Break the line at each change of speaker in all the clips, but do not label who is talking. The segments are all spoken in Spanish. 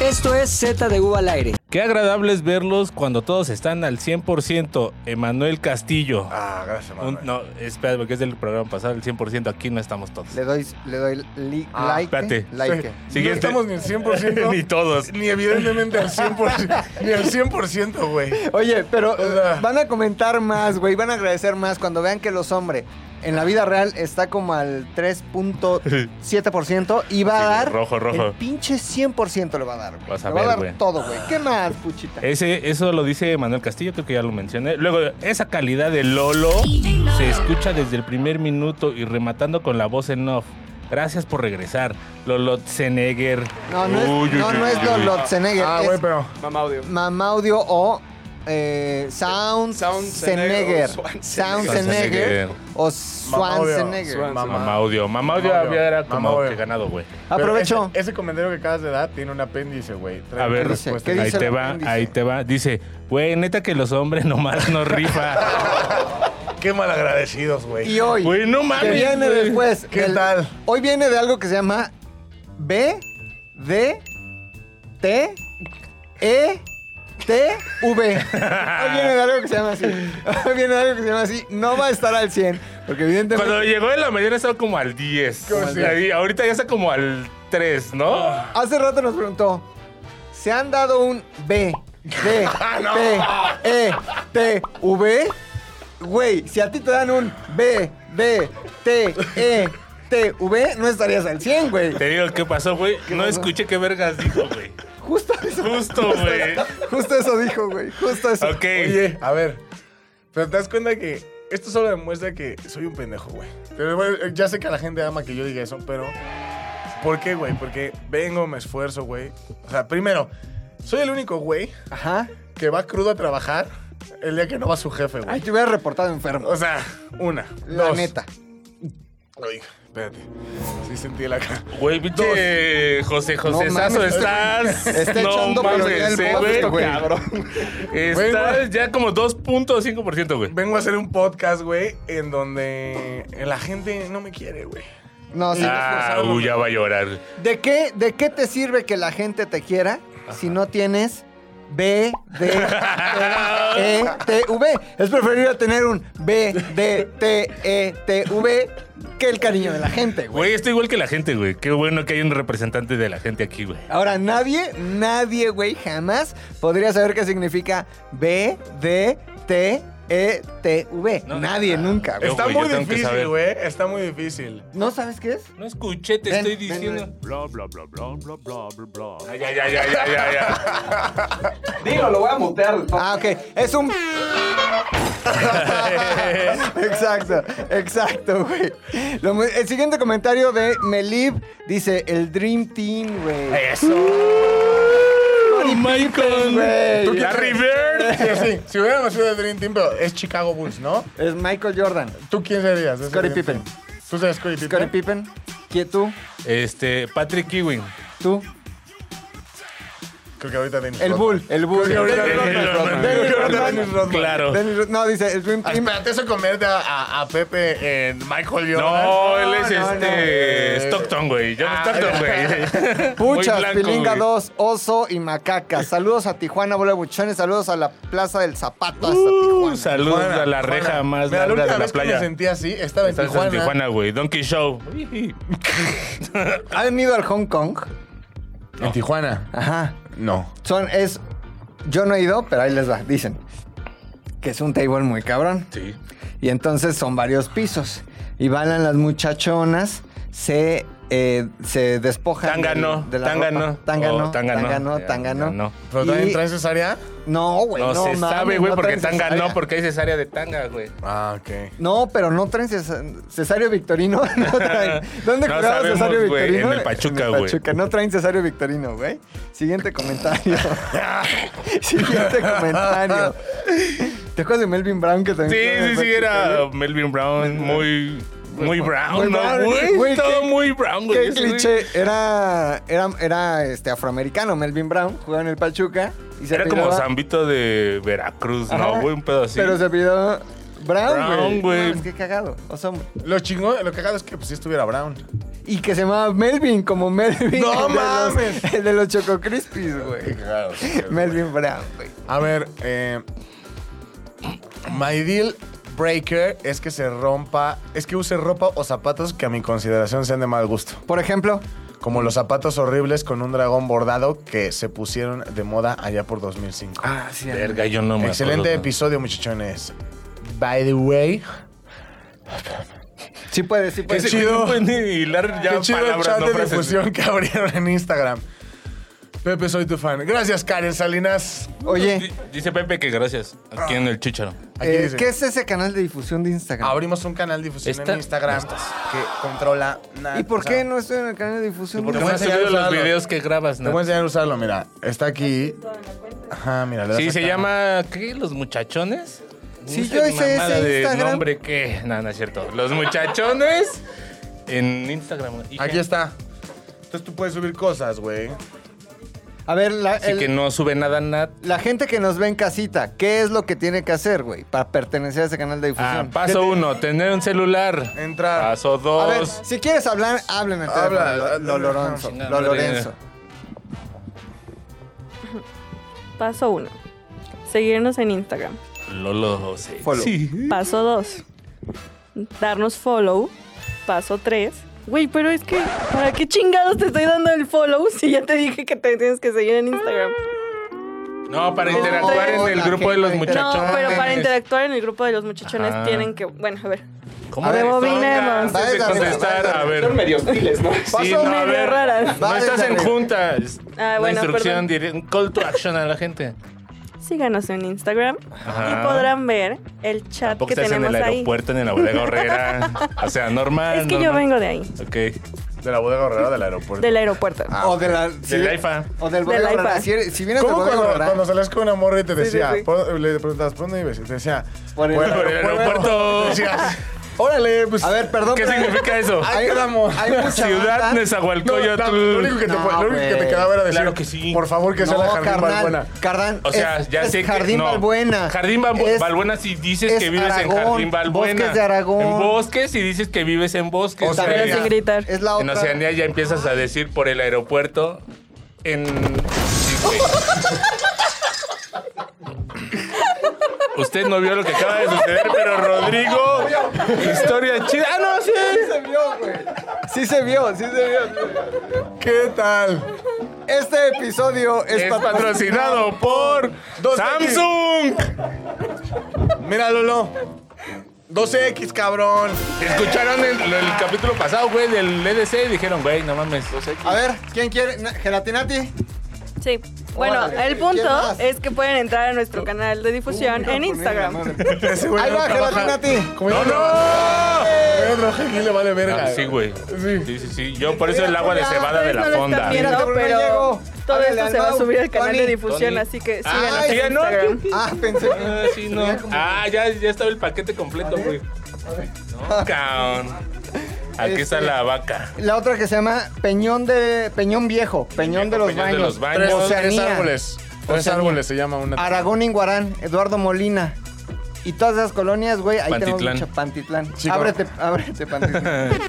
Esto es Z de U al aire.
Qué agradable es verlos cuando todos están al 100%. Emanuel Castillo.
Ah, gracias,
Un-
Manuel.
no, espera, porque es del programa pasado, el 100%. Aquí no estamos todos.
Le doy, le doy li-
Ah,
like.
espérate.
Like.
No
Siguiente.
estamos ni al 100%.
Ni todos.
Ni evidentemente al 100%. ni al 100%, güey.
Oye, pero eh,
Hola.
van a comentar más, güey. Van a agradecer más cuando vean que los hombres en la vida real está como al 3.7% y va a
Sí,
dar.
rojo, rojo.
El pinche 100% le va a dar, güey.
Vas a
le va
ver,
a dar
güey. Eh,
todo, güey. ¿Qué más, puchita?
Ese, eso lo dice Manuel Castillo, creo que ya lo mencioné. Luego, esa calidad de Lolo se escucha desde el primer minuto y rematando con la voz en off. Gracias por regresar, Lolo Zenegger.
No, no es,
Uy, uy,
no,
uy,
no es
uy, uy.
Lolotzenegger.
Ah, güey,
es
pero.
Mamaudio.
Mamaudio o eh, Sound
Soundzenegger
Soundzenegger.
o
Soundzenegger o Schwarzenegger.
Schwan-
Mamaudio. Mamaudio
Mamaudio.
había era como
Mamaudio.
que ganado, güey.
pero eh,
Aprovecho.
Ese, ese comentario que acabas de dar tiene un apéndice, güey. Trae
A
una
ver,
dice?
respuesta.
¿Qué
ahí
dice
te
el
va,
apéndice?
ahí te va. Dice, güey, neta que los hombres nomás nos rifa.
Qué malagradecidos, güey.
Y hoy,
Güey, no
que
mames.
viene
güey.
después.
¿Qué
del-
tal?
Hoy viene de algo que se llama B, D, T, E, T, V. Hoy viene de algo que se llama así. Hoy viene de algo que se llama así. No va a estar al 100, porque evidentemente...
Cuando llegó en la mañana estaba como al Ah. 10.
¿Cómo así?
Ahí- Ahorita ya está como al 3, ¿no?
Hace rato nos preguntó, ¿se han dado un B, D, T, E, T, V? Güey, si a ti te dan un B, D, T, E, T, V, no estarías al 100, güey.
Te digo, ¿qué pasó, güey? No escuché qué vergas dijo, güey.
Justo eso.
Justo, güey.
Justo eso dijo, güey. Justo eso.
Ok.
Oye, a ver. Pero te das cuenta que esto solo demuestra que soy un pendejo, güey. Pero bueno, ya sé que la gente ama que yo diga eso, pero. ¿Por qué, güey? Porque vengo, me esfuerzo, güey. O sea, primero, soy el único güey
Ajá.
que va crudo a trabajar el día que no va su jefe,
Ay,
güey.
te hubiera reportado enfermo.
O sea, una.
La
dos.
neta.
Ay, espérate. Sí sentí la cara.
Güey, pinche José José
No
Sazo,
mames.
estás.
Está echando pelotera el
sí,
pobre, güey.
Estás
güey.
ya como 2.5%, güey.
Vengo a hacer un podcast, güey, en donde la gente no me quiere, güey.
No, sí.
Ah, uy, ya va a llorar.
¿De qué, ¿De qué te sirve que la gente te quiera si no tienes B, D, T, E, T, V? Es preferible tener un B, D, T, E, T, V que el cariño de la gente, güey.
Güey, estoy igual que la gente, güey. Qué bueno que hay un representante de la gente aquí, güey.
Ahora, nadie, nadie, güey, jamás podría saber qué significa B, D, T, E, T, V.
No,
nadie,
no,
nunca, güey.
Yo,
Está
güey, yo
muy
tengo que saber.
difícil, güey. Está muy difícil.
¿No sabes qué es?
No escuché, te
Ven,
estoy
ven,
diciendo.
ven.
Bla, bla, bla, bla, bla, bla, bla, bla. Ay, Ya, ya, ya, ya, ya, ya.
Digo, lo voy a mutear.
Ah, ok. Es un. exacto, exacto, güey. Lo mu- El siguiente comentario de Melib dice: El Dream Team, güey.
Oh, Michael.
Güey.
La River.
Sí, sí. Si hubiéramos sido de Dream Team, pero es Chicago Bulls, ¿no?
Es Michael Jordan.
¿Tú quién serías? de ese
Scottie
Dream
Pippen.
Team? ¿Tú serías Scottie Pippen?
Scottie Pippen. ¿Quién tú?
Este, Patrick Ewing.
¿Tú?
Creo que ahorita Dennis
El
Rodman.
Bull, el Bull.
Creo que ahorita
Dennis
Dennis
Rodman.
Rodman.
Dennis
Creo que ahorita
Rodman.
Dennis Rodman.
Claro.
Dennis Rod- No, dice el Dream
Ah,
Team.
Espérate, eso convierte a, a- a Pepe en Michael Jordan.
No, él es
no,
este.
no.
Stockton, güey. John
Ah,
Stockton, güey. Muy
Puchas,
blanco,
Pilinga
güey.
2, Oso y Macaca. Saludos a Tijuana, bola de buchones. Saludos a la Plaza del Zapato hasta Tijuana.
Uh, saludos
Juana,
a la
Juana.
reja más
Mira,
larga
última
de la
vez que
playa.
me sentí así, estaba en
Estás
Tijuana.
en Tijuana, güey. Donkey Show.
¿Han ido al Hong Kong?
¿En Tijuana?
Ajá.
No.
Son, es. Yo no he ido, pero ahí les va. Dicen que es un table muy cabrón.
Sí.
Y entonces son varios pisos. Y bailan las muchachonas, se, eh, se despojan. del-
Tángano,
de la
tángano,
ropa. Tángano,
oh, tángano.
tángano, tángano,
Ya, no.
¿Pero
Y-
también traes esa área?
No, güey.
No,
No,
se
mames,
sabe, güey,
no
porque
traen
tanga
cesárea.
no, porque hay cesárea de tanga, güey.
Ah, ok.
No, pero no traen cesa- Cesario Victorino. No traen. ¿Dónde
No
jugaba
sabemos,
Cesario
güey,
Victorino?
en el Pachuca,
En el
güey.
Pachuca. No traen Cesario Victorino, güey. Siguiente comentario. Siguiente comentario. ¿Te acuerdas de Melvin Brown que
Sí,
también? jugaba en
sí,
el
sí,
Pachuca,
era
güey?
Melvin Brown, muy. Muy brown,
Muy
¿no,
brown,
güey?
güey,
Todo
qué-
muy brown, güey.
Qué
ese güey.
cliché. Era, era, era este, afroamericano, Melvin Brown. Jugaba en el Pachuca. Y se
Era como
apellidaba-
Zambito de Veracruz,
Ajá.
¿no, güey? Un pedo así.
Pero se pidió Brown,
Brown,
güey.
güey.
Es que cagado. O sea,
Lo chingón, lo cagado es que pues, sí estuviera Brown.
y que se llamaba Melvin, como Melvin.
¡No
el de los-
mames!
el de los Choco Crispies,
Qué
güey.
cagados, qué
Melvin Brown, güey.
A ver, eh, my deal breaker es que se rompa, es que use ropa o zapatos que a mi consideración sean de mal gusto.
Por ejemplo,
Como los zapatos horribles con un dragón bordado que se pusieron de moda allá por 2005.
ah, sí,
Verga, yo no me
Excelente
acuerdo.
episodio, muchachones. By the way,
sí puede, sí
Qué
puede.
Ese-
chido.
chido.
ya
qué chido el
palabras,
chat
no
de
frases.
difusión que abrieron en Instagram. Pepe, soy tu fan. Gracias, Karen Salinas.
Oye,
Di- Dice Pepe que gracias. Aquí en el chicharo.
Aquí
eh,
dice.
¿qué es ese canal de difusión de Instagram?
Abrimos un canal de difusión
Esta-
en Instagram que controla nada.
¿Y por
o sea,
qué no estoy en el canal de difusión?
por
de
Porque
voy
no
a
has
enseñar
subido
a
los
usarlo.
videos que grabas,
Te voy a
¿no?
enseñar a usarlo, mira. Está aquí. Ajá, mira. le das
Sí,
acá.
se llama, ¿qué? ¿Los muchachones?
Sí,
Esa
yo hice
mamada
ese
de
Instagram.
nombre que... No, no es cierto. Los muchachones en Instagram. Hija.
Aquí está. Entonces tú puedes subir cosas, güey.
difusión? A ver, la,
Así
el-
que no sube nada, nada.
la gente que nos ve en casita, ¿qué es lo que tiene que hacer, güey, para pertenecer a ese canal de
Ah,
difusión?
paso uno, tener un celular.
Entrar.
Paso
a ver,
dos.
si quieres hablar, háblame. al
Habla,
teléfono,
habla,
lo, lo Lorenzo,
chingada
lo
madre.
Lorenzo.
Paso 1. Seguirnos en Instagram.
Lolo, sí.
Follow.
Paso 2. Darnos follow. Paso 3. Güey, pero es que, ¿para qué chingados te estoy dando el follow si ya te dije que te tienes que seguir en Instagram?
No, para interactuar en el grupo de los
No,
muchachones.
pero para interactuar en el grupo de los muchachones
Ah.
tienen que. Bueno, a ver.
¿Cómo
A ver,
rebobinemos.
Antes de
Vas, Daniel,
contestar,
vas,
a ver.
Son medio hostiles, ¿no?
Paso
Sí, no, a
medio
ver,
raras.
No
Vas,
estás en
Daniel.
juntas.
Ah,
Una
bueno,
instrucción,
perdón.
dire- un call to action a la gente.
Síganos en Instagram
Ajá.
y podrán ver el chat
Tampoco
Ah, que
estás en
tenemos
el
ahí.
aeropuerto ni en la bodega horrera. o sea, normal.
Es que yo
normal.
vengo de ahí,
Ok.
De la bodega horrera del aeropuerto.
del aeropuerto.
Ah.
O de la... si-
Del IFA.
O del
Del
bodega
IFA.
Horrera. Si, eres- si vienes del
¿Cómo
bodega
cuando,
Horrera-
cuando salías con una morra y te
Sí, sí,
decía,
sí.
por- le preguntabas, ¿por dónde vives? Y te decía,
Por el
Por el aeropuerto.
Decías, órale, pues.
A ver, perdón.
¿Qué
pero-
significa eso?
Hay,
quedamos.
hay mucha
Ciudad
banda-
No, no,
Nezahualcóyotl.
lo único que te,
No,
lo único que te
güey.
quedaba era decir,
Claro que sí.
por favor, que sea la jardín Balbuena.
Cardán,
O sea,
es,
ya
es
sé que-
Jardín
no.
Balbuena.
Jardín Balbu-
Es-
Balbuena si dices
es
que vives en
Aragón,
Jardín Balbuena.
bosques de Aragón.
En bosques y dices que vives en bosques.
O sea,
Pero
Venga.
sin gritar.
Es la
en
otra.
Oceanía ya empiezas a decir por el aeropuerto en... Sí, güey. Usted no vio lo que acaba de suceder, pero Rodrigo, historia chida. Ah, no, sí.
Sí se vio, güey. Sí se vio, sí se vio.
¿Qué tal?
Este episodio es,
Es patrocinado por
2X.
Samsung.
Mira, Lolo. 2X, cabrón.
Escucharon el, el capítulo pasado, güey, del EDC y dijeron, güey, no mames.
A ver, ¿quién quiere? Na- Gelatinati.
Sí. Bueno,
Órale.
el
¿Quién
punto
más?
es que pueden entrar a nuestro canal de difusión en Instagram.
Ese güey
Ahí
no
va,
trabaja.
Gelatinati.
Como
¡No,
yo
no!
Pero otro aquí le vale verga.
Ah, sí, güey.
Sí.
Sí, sí, sí. Yo por eso el agua de cebada de la
Ustedes no lo
fonda.
están viendo,
Mira, cabrón,
pero
no llego.
todo
Háblale
esto
al
se va a
Mau.
subir al canal de
Tony,
difusión,
Tony.
así que
Ah,
síganos
sí,
en
ya no,
Instagram.
Ah, pensé que...
Ah, sí, no. Ah, ya, ya estaba el paquete completo, güey. No, cabrón. Aquí está
Este-
la vaca.
La otra que se llama Peñón de Peñón Viejo, Peñón, de los
Peñón de
Baños.
los Baños.
Tres, tres
Oceanía.
árboles. Tres
Oceanía.
árboles se llama una.
Aragón Inguarán, Eduardo Molina. Y todas esas colonias, güey, ahí
Pantitlán.
tenemos mucha Pantitlán.
Chico.
Ábrete, ábrete Pantitlán.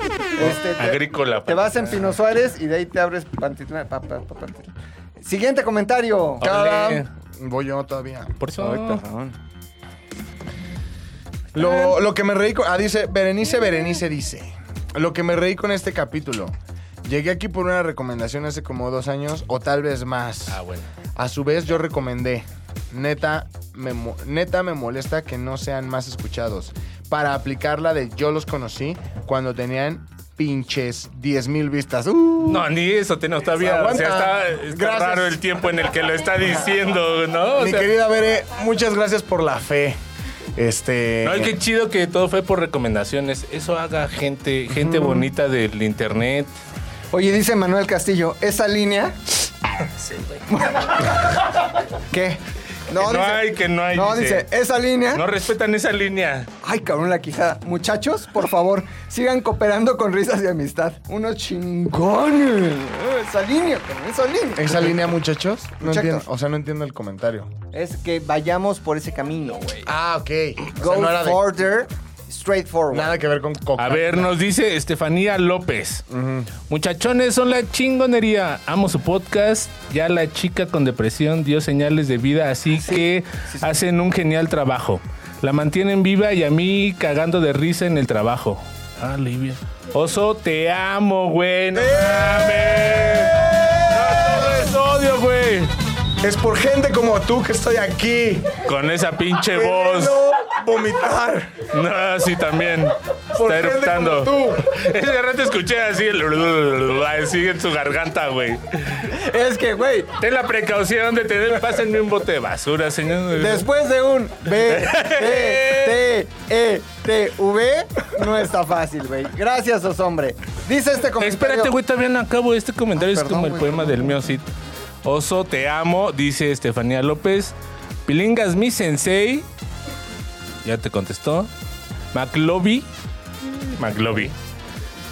Este, te-
Agrícola.
Te vas en Pino Suárez y de ahí te abres Pantitlán. pa- pa- pa- Pantitlán. Siguiente comentario.
Órale.
Cada- Voy yo todavía.
Por eso.
Lo, lo que me reí con. Ah, dice. Berenice Berenice dice. Lo que me reí con este capítulo. Llegué aquí por una recomendación hace como dos años o tal vez más.
Ah, bueno.
A su vez, yo recomendé. Neta me, mo- neta, me molesta que no sean más escuchados. Para aplicar la de yo los conocí cuando tenían pinches 10 mil vistas. ¡Uh!
No, ni eso tenemos todavía. O sea, está,
Aguanta.
está
Gracias.
raro el tiempo en el que lo está diciendo, ¿no? O
Mi
sea,
querida Bere, muchas gracias por la fe. Este.
No, y qué chido que todo fue por recomendaciones. Eso haga gente, gente bonita del internet.
Oye, dice Manuel Castillo, esa línea. ¿Qué?
Que no hay, que no hay,
No,
dice.
dice, esa línea.
No respetan esa línea.
Ay, cabrón, la quijada. Muchachos, por favor, sigan cooperando con risas y amistad. Unos chingones. Esa línea, cabrón, esa línea.
Eh.
Esa línea, muchachos. No
Muchachos.
entiendo. O sea, no entiendo el comentario.
Es que vayamos por ese camino, güey.
Ah, ok. O sea,
Go
no era de-
further, straightforward.
Nada que ver con coca.
A ver, nos dice Estefanía López. Muchachones, son la chingonería. Amo su podcast. Ya la chica con depresión dio señales de vida, así que hacen un genial trabajo. La mantienen viva y a mí cagando de risa en el trabajo. Ah, Livia. ¡Eh! Oso, te amo, güey. No mames. No todo es odio, güey.
Es por gente como tú que estoy aquí.
Con esa pinche voz.
Queriendo vomitar.
No, sí, también.
Por
Está
gente
eruptando.
como tú.
Ese rato escuché así, el así en su garganta, güey.
Es que, güey,
Ten la precaución de tener, pásenme un bote de basura, señor.
después de un B, T, T, E, T, V, no está fácil, güey. Gracias, os hombre. Dice este comentario.
Espérate, güey, todavía no acabo. Este comentario
Ah,
es
perdón,
como el
güey,
poema
perdón.
del mío Cid. Oso, te amo, dice Estefanía López. Pilingas, mi sensei. Ya te contestó. McLovy. McLovy.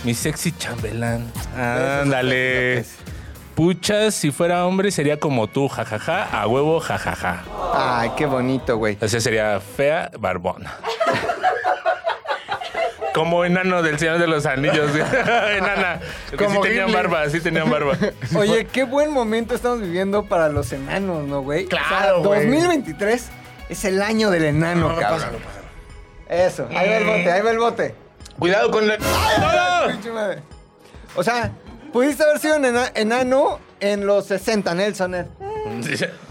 Mi sexy chambelán. Ándale. Puchas, si fuera hombre sería como tú, jajaja, a huevo, jajaja.
Ay, qué bonito, güey.
O sea, sería fea, barbona. Como enano del Señor de los Anillos. Enana. Porque
Como
sí tenían
Gimli.
barba, sí tenían barba.
Oye, qué buen momento estamos viviendo para los enanos, ¿no, güey?
Claro,
O sea,
güey.
2023 es el año del enano, cabrón. Eso, ahí va el bote, ahí va el bote.
Cuidado con la. ¡No!
Pinche madre. O sea, pudiste haber sido un ena- enano en los 60, Nelson. eh.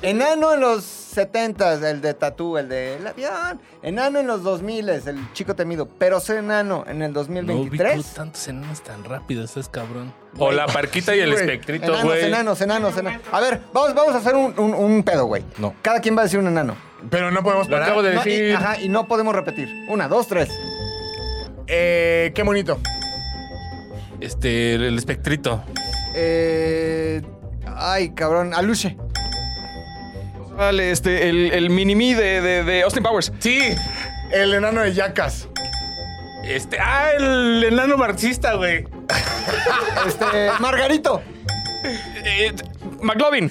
Enano en los 70, el de tatú, el de el avión. Enano en los 2000, el chico temido. Pero ser enano en el
No
2023.
ubico tantos enanos tan rápido, estás cabrón. O la parquita y el
güey.
espectrito,
Enanos,
güey.
enanos, enanos, enanos. A ver, vamos, vamos a hacer un, un- un pedo, güey.
No.
Cada quien va a decir un enano.
Pero no podemos
Lo
parar.
acabo de
No, y,
decir.
ajá, y no podemos repetir. Una, dos, tres.
Eh, qué bonito.
Este, el espectrito.
Eh, ay, cabrón. Aluche.
Vale, este, el, el mini-me de, de, de Austin Powers.
Sí.
El enano de Yacas.
Este. Ah, el enano marxista, güey.
Este, Margarito.
Eh, McLovin.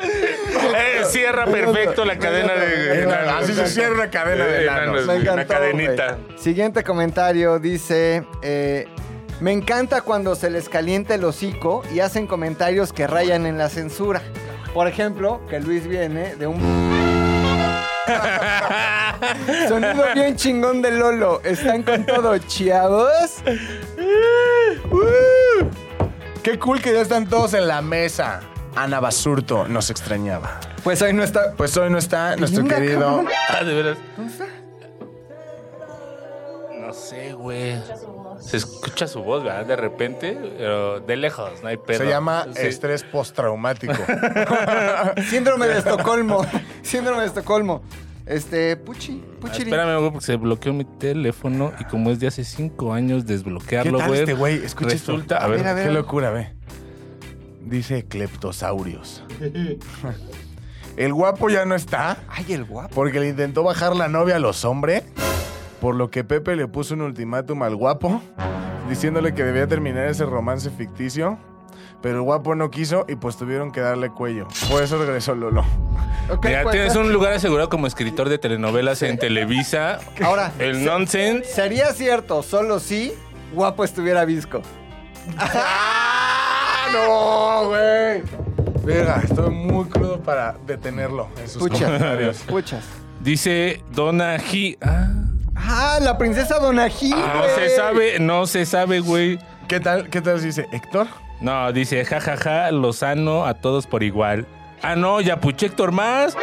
Eh, cierra perfecto la cadena de. enanos. Eh,
Así se cierra una cadena de enanos.
Me
Una
encantó,
cadenita.
güey. Siguiente comentario dice: eh, Me encanta cuando se les calienta el hocico y hacen comentarios que rayan en la censura. Por ejemplo, que Luis viene de un sonido bien chingón de Lolo. Están con todo, chavos.
Qué cool que ya están todos en la mesa. Ana Basurto nos extrañaba.
Pues hoy no está.
Pues hoy no está nuestro
Venga,
querido.
cabrón.
Ah, de veras. No sé, güey. Se escucha su voz, ¿verdad? De repente, pero de lejos, no hay pedo.
Se llama este
Sí.
estrés postraumático.
Síndrome de Estocolmo. Síndrome de Estocolmo. Este, Puchi,
Ah,
Puchiri.
Espérame, güey, porque se bloqueó mi teléfono y como es de hace cinco años desbloquearlo, este güey.
este Escucha esto.
resulta, a ver,
Mira, a ver.
Qué locura, ve. Dice cleptosaurios. El guapo ya no está
Ay, el guapo.
porque le intentó bajar la novia a los hombres, por lo que Pepe le puso un ultimátum al guapo, diciéndole que debía terminar ese romance ficticio, pero el guapo no quiso y pues tuvieron que darle cuello. Por eso regresó Lolo.
Ok,
Mira,
pues,
tienes un lugar asegurado como escritor de telenovelas en Televisa.
Ahora,
El nonsense.
Sería cierto, solo si guapo estuviera visco.
¡Ah, no, güey! Venga, estoy muy crudo para detenerlo en sus
Puchas.
comentarios.
Puchas.
Dice Donna G. Ah,
Ah, la princesa Donají.
no se sabe, no se sabe, güey.
¿Qué tal, qué tal si dice Héctor?
No, dice, jajaja, Lozano a todos por igual. Ah, no, Yapuchector más.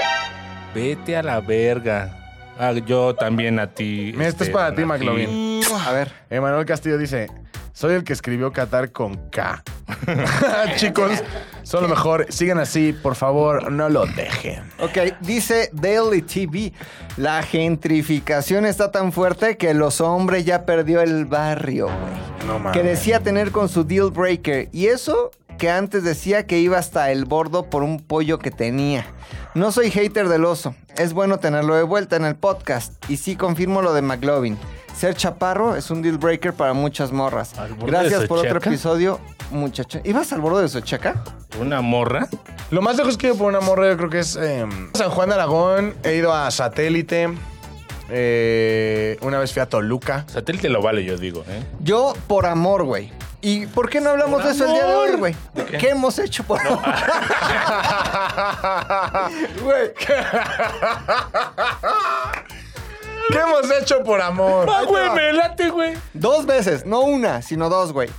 Vete a la verga. Ah, yo también a ti.
Mira, esto es
este,
para ti,
Ana Gil.
McLovin.
A ver.
Emanuel Castillo dice: Soy el que escribió Qatar con K. Chicos, son lo mejor. Sigan así, por favor, no lo dejen.
Ok, dice Daily TV. La gentrificación está tan fuerte que los hombres ya perdió el barrio, güey.
No mames.
Que decía tener con su deal breaker. Y eso que antes decía que iba hasta el bordo por un pollo que tenía. No soy hater del oso. Es bueno tenerlo de vuelta en el podcast. Y sí confirmo lo de McLovin. Ser chaparro es un deal breaker para muchas morras.
¿Al bordo de
Gracias por otro
Xochaca?
episodio, muchacho. ¿Ibas al bordo de Sochaca?
¿Una morra?
Lo más lejos que he ido por una morra, yo creo que es eh,
em,
San Juan de Aragón. He ido a Satélite. eh, una vez fui a Toluca.
Satélite lo vale, yo digo, ¿eh?
Yo por amor, güey. ¿Y por qué no hablamos de eso el día de hoy,
amor?
güey? ¿Qué? hemos hecho por amor? Güey,
¿Qué hemos hecho por amor?
¡Ah, güey, me late, güey!
dos veces, no una, sino dos, güey.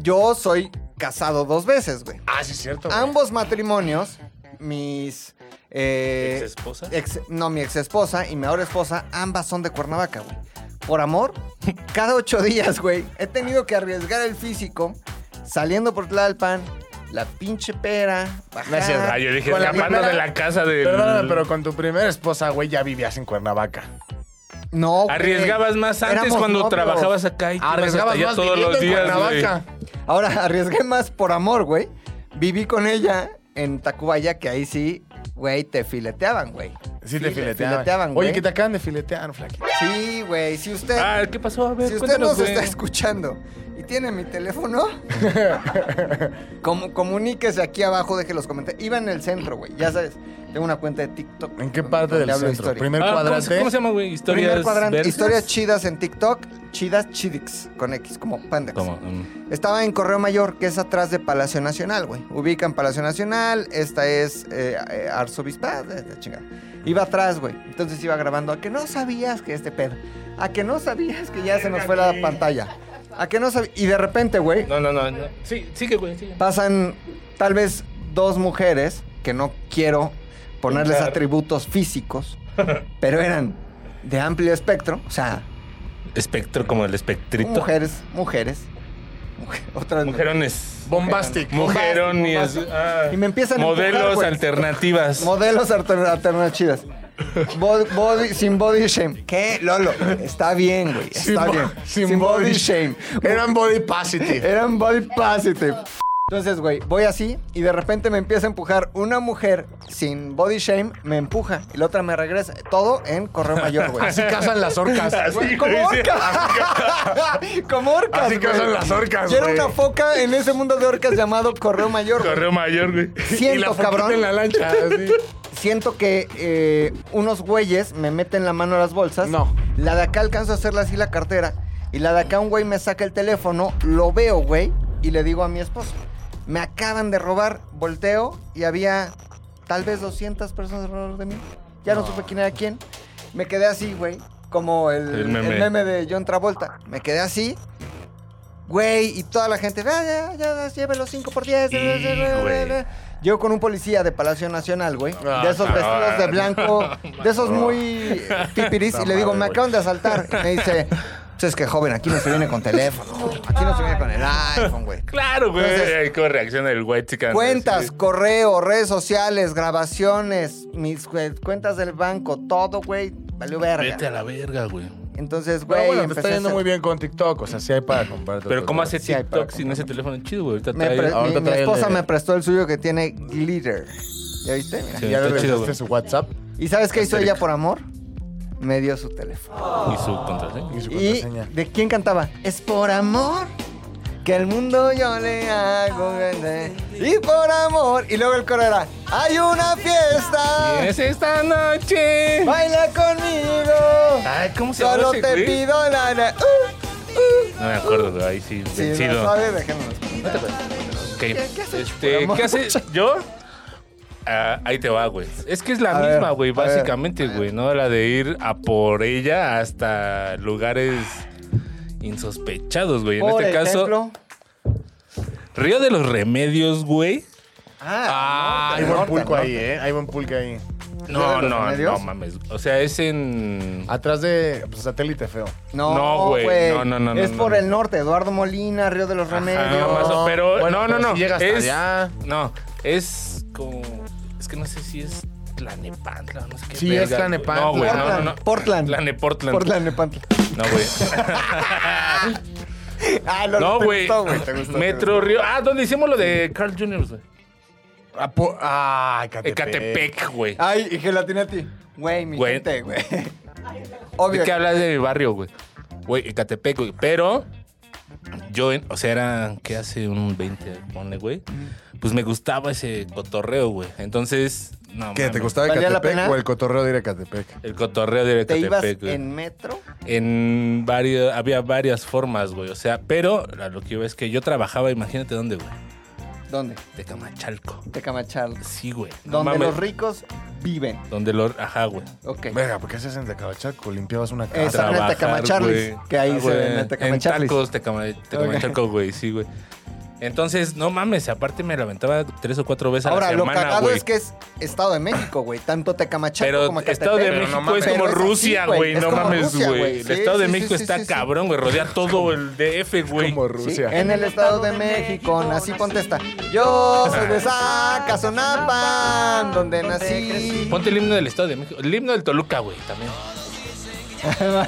Yo soy casado dos veces, güey.
Ah, sí, es cierto. güey.
Ambos matrimonios, mis... Eh,
¿Exesposa?
ex- no, mi ex esposa y mi ahora esposa, ambas son de Cuernavaca, güey. Por amor, cada ocho días, güey, he tenido que arriesgar el físico saliendo por Tlalpan, la pinche pera, bajar...
Gracias,
Ah, yo dije,
Con la
escapando
primera-
de la casa del...
Perdóname, pero con tu primera esposa, güey, ya vivías en Cuernavaca.
No, güey.
Arriesgabas más antes
Éramos
cuando
novios.
trabajabas acá y te ibas hasta
Arriesgabas
allá
más
todos los días, güey.
Ahora arriesgué más por amor, güey. Viví con ella en Tacubaya, que ahí sí, güey, te fileteaban, güey.
Sí, te
File-
fileteaban.
güey.
Oye, que te acaban de filetear, flaquito.
Sí, güey. Si usted,
Ah, ¿qué pasó? A ver,
si usted
cuéntanos,
nos
güey. Ah,
está escuchando y tiene mi teléfono, como, comuníquese aquí abajo, deje los comentarios. Iba en el centro, güey. Ya sabes, tengo una cuenta de TikTok.
¿En qué
donde-
parte
donde
del
hablo
centro?
historia.
Primer
Ah, ¿cómo, se-
cuadrante.
cómo se llama, güey?
Primer
¿Historias
cuadrante,
verdes?
historias chidas en TikTok, chidas chidix, con X, como pandex.
Como, mm,
Estaba en Correo Mayor, que es atrás de Palacio Nacional, güey. Ubican Palacio Nacional, esta es eh, eh, Arzobispado, eh, la chingada. Iba atrás, güey. Entonces iba grabando a que no sabías que este pedo. A que no sabías que ya se nos fue la pantalla. A que no sabías. Y de repente, güey,
No, no, no. no. Sí, sigue, güey, sigue.
pasan tal vez dos mujeres que no quiero ponerles
Pintar.
atributos físicos, pero eran de amplio espectro, o sea,
Espectro como el espectrito.
mujeres, mujeres, mujer- otras
Mujerones.
Bombastic.
Mujerones.
Bombastic.
ah,
Y me empiezan a empujar,
Modelos
güey.
alternativas.
Modelos altern- alternativas chidas. Bod- body- sin body shame. ¿Qué, Lolo? Está bien, güey. Está
Sin bo-
bien.
sin
Sin,
body
body, shame.
Eran body positive.
Eran body positive. Entonces, güey, voy así y de repente me empieza a empujar una mujer sin body shame, me empuja y la otra me regresa. Todo en correo mayor, güey.
Así cazan las orcas.
Así,
Como
güey, sí.
orcas. Como orcas.
Así
güey.
cazan las orcas,
Yo era
güey.
una foca en ese mundo de orcas llamado correo mayor. güey.
Correo mayor, güey.
Siento,
y la foquita
cabrón.
en la lancha. así.
Siento que eh, unos güeyes me meten la mano a las bolsas.
No.
La de acá alcanzo a hacerle así la cartera. Y la de acá un güey me saca el teléfono, lo veo, güey, y le digo a mi esposo, me acaban de robar, volteo y había tal vez 200 personas alrededor de mí. Ya no, supe quién era quién. Me quedé así, güey, como el,
El
el
meme.
meme. de John Travolta. Me quedé así, güey, y toda la gente, "Ah, ya, ya, llévelo 5 por 10.
Y, güey.
Llego con un policía de Palacio Nacional, güey.
Ah,
de esos vestidos de blanco, de esos muy pipiris.
Esta
Y le digo,
madre,
me
güey.
acaban de asaltar. Y me dice, "Pues es que joven, aquí no se viene con teléfono. güey. Aquí no se viene con el iPhone, güey.
Claro, güey.
Entonces-
Ahí como reacciona el white chicken.
Cuentas,
así.
correo, redes sociales, grabaciones, mis eh, cuentas del banco, todo, güey. Valió
Vete a
verga.
la verga, güey.
Entonces, güey,
Pero bueno, te
empecé
está
a
yendo
hacer-
muy bien con TikTok. O sea, sí hay para comprar.
Pero ¿cómo hace
Sí hay para
TikTok sin ese teléfono chido, güey? Ahorita
Me
trae...
pre-
ahorita
mi, mi
trae el
esposa
de-
me prestó el suyo que tiene glitter. ¿Ya viste? Mira.
Sí,
¿Ya le
está chido,
regresaste su WhatsApp
¿Y sabes qué hizo ella por amor? Me dio su teléfono.
güey. Y su contraseña.
y su
¿Y
contraseña?
de quién cantaba? Es por amor que el mundo yo le hago grande. Y por amor. Y luego el coro era: ¡Hay una fiesta!
Es esta noche.
¡Baila conmigo!
Ay, ¿cómo se llama
Solo
ese,
te
Ah, güey?
pido la. la- uh, uh.
No me acuerdo, güey. Ahí sí,
Si
vencido.
no sabes, déjenos.
Ok.
qué has hecho
Este,
por amor?
¿Qué haces? ¿Yo? Ah, ahí te va, güey. Es que es la
A
misma,
ver,
güey,
a ver,
básicamente, güey, ¿no? La de ir a por ella hasta lugares insospechados, güey. En
Por
este caso,
ejemplo.
Río de los Remedios, güey.
Ah,
Hay buen pulco ahí, ¿eh? Hay buen pulco ahí.
Ah, No,
de los
no, no
Remedios?
mames. O sea, es en.
Atrás de pues, satélite feo.
No,
No,
güey,
güey.
no, no, no, no,
Es
no,
por
no.
el norte, Eduardo Molina, Río de los Remedios.
Ajá, más o- pero
Bueno,
no, no,
pero
no.
si llega hasta
es,
allá.
No, es como. Es que no sé si es Tlanepantla, no sé qué.
Sí,
verga,
es Tlanepantla.
güey. No, güey, no, no, no.
Portland.
Tlaneportland.
Portland, Nepantla.
No, güey.
Ah, Lolo,
No,
te
güey.
gustó, güey, te gustó, te
Metro
gustó.
Río. Ah, donde hicimos lo de Carl Jr., güey.
Ah, po- ah, Ecatepec.
Ecatepec, güey.
Ay, y gelatina a ti. Güey, mi
Güey.
gente, güey.
¿De
Obvio.
qué hablas de mi barrio, güey? Güey, Ecatepec, güey. Pero yo, en- o sea, era que hace un 20, ponle, güey. Pues me gustaba ese cotorreo, güey. Entonces, no.
¿Qué? ¿Te
mames.
gustaba el
¿Valía la
Catepec
pena?
o el cotorreo de ir a Catepec?
El cotorreo de
¿Te ibas
Ecatepec, güey.
en metro?
En varios, había varias formas, güey. O sea, pero a lo que iba es que yo trabajaba, imagínate dónde, güey.
¿Dónde?
De Camachalco.
Tecamachalco.
Sí, güey. No
Donde
mames.
los ricos viven.
Donde los. Ajá, güey.
Ok.
Verga, ¿por qué haces en Tecamachaco? Limpiabas una casa.
Esa.
Trabajar,
Tecamacharlis,
güey. Ah,
que ahí se
güey.
venden
En
Tecamacharlis.
tacos, Tecama- Tecamachalco, güey, sí, güey. Entonces, no mames, aparte me lo aventaba tres o cuatro veces a
Ahora,
la
lo
semana,
cagado
güey.
es que es Estado de México, güey. Tanto Tecamachalco
Pero
como
Estado de
Catepec.
México
no mames.
es como
Pero es así,
Rusia,
güey,
güey.
es
No
como
mames,
Rusia,
güey.
güey.
El
Sí,
Estado de
sí,
México
sí,
está
sí, sí.
cabrón, güey. Rodea todo el DF, güey.
Como
Sí,
Rusia.
eh.
en el Estado de México nací, ponte esta. Yo soy de
Ah.
Zacazonapan, donde nací.
Ponte el himno del Estado de México. El himno del Toluca, güey, también.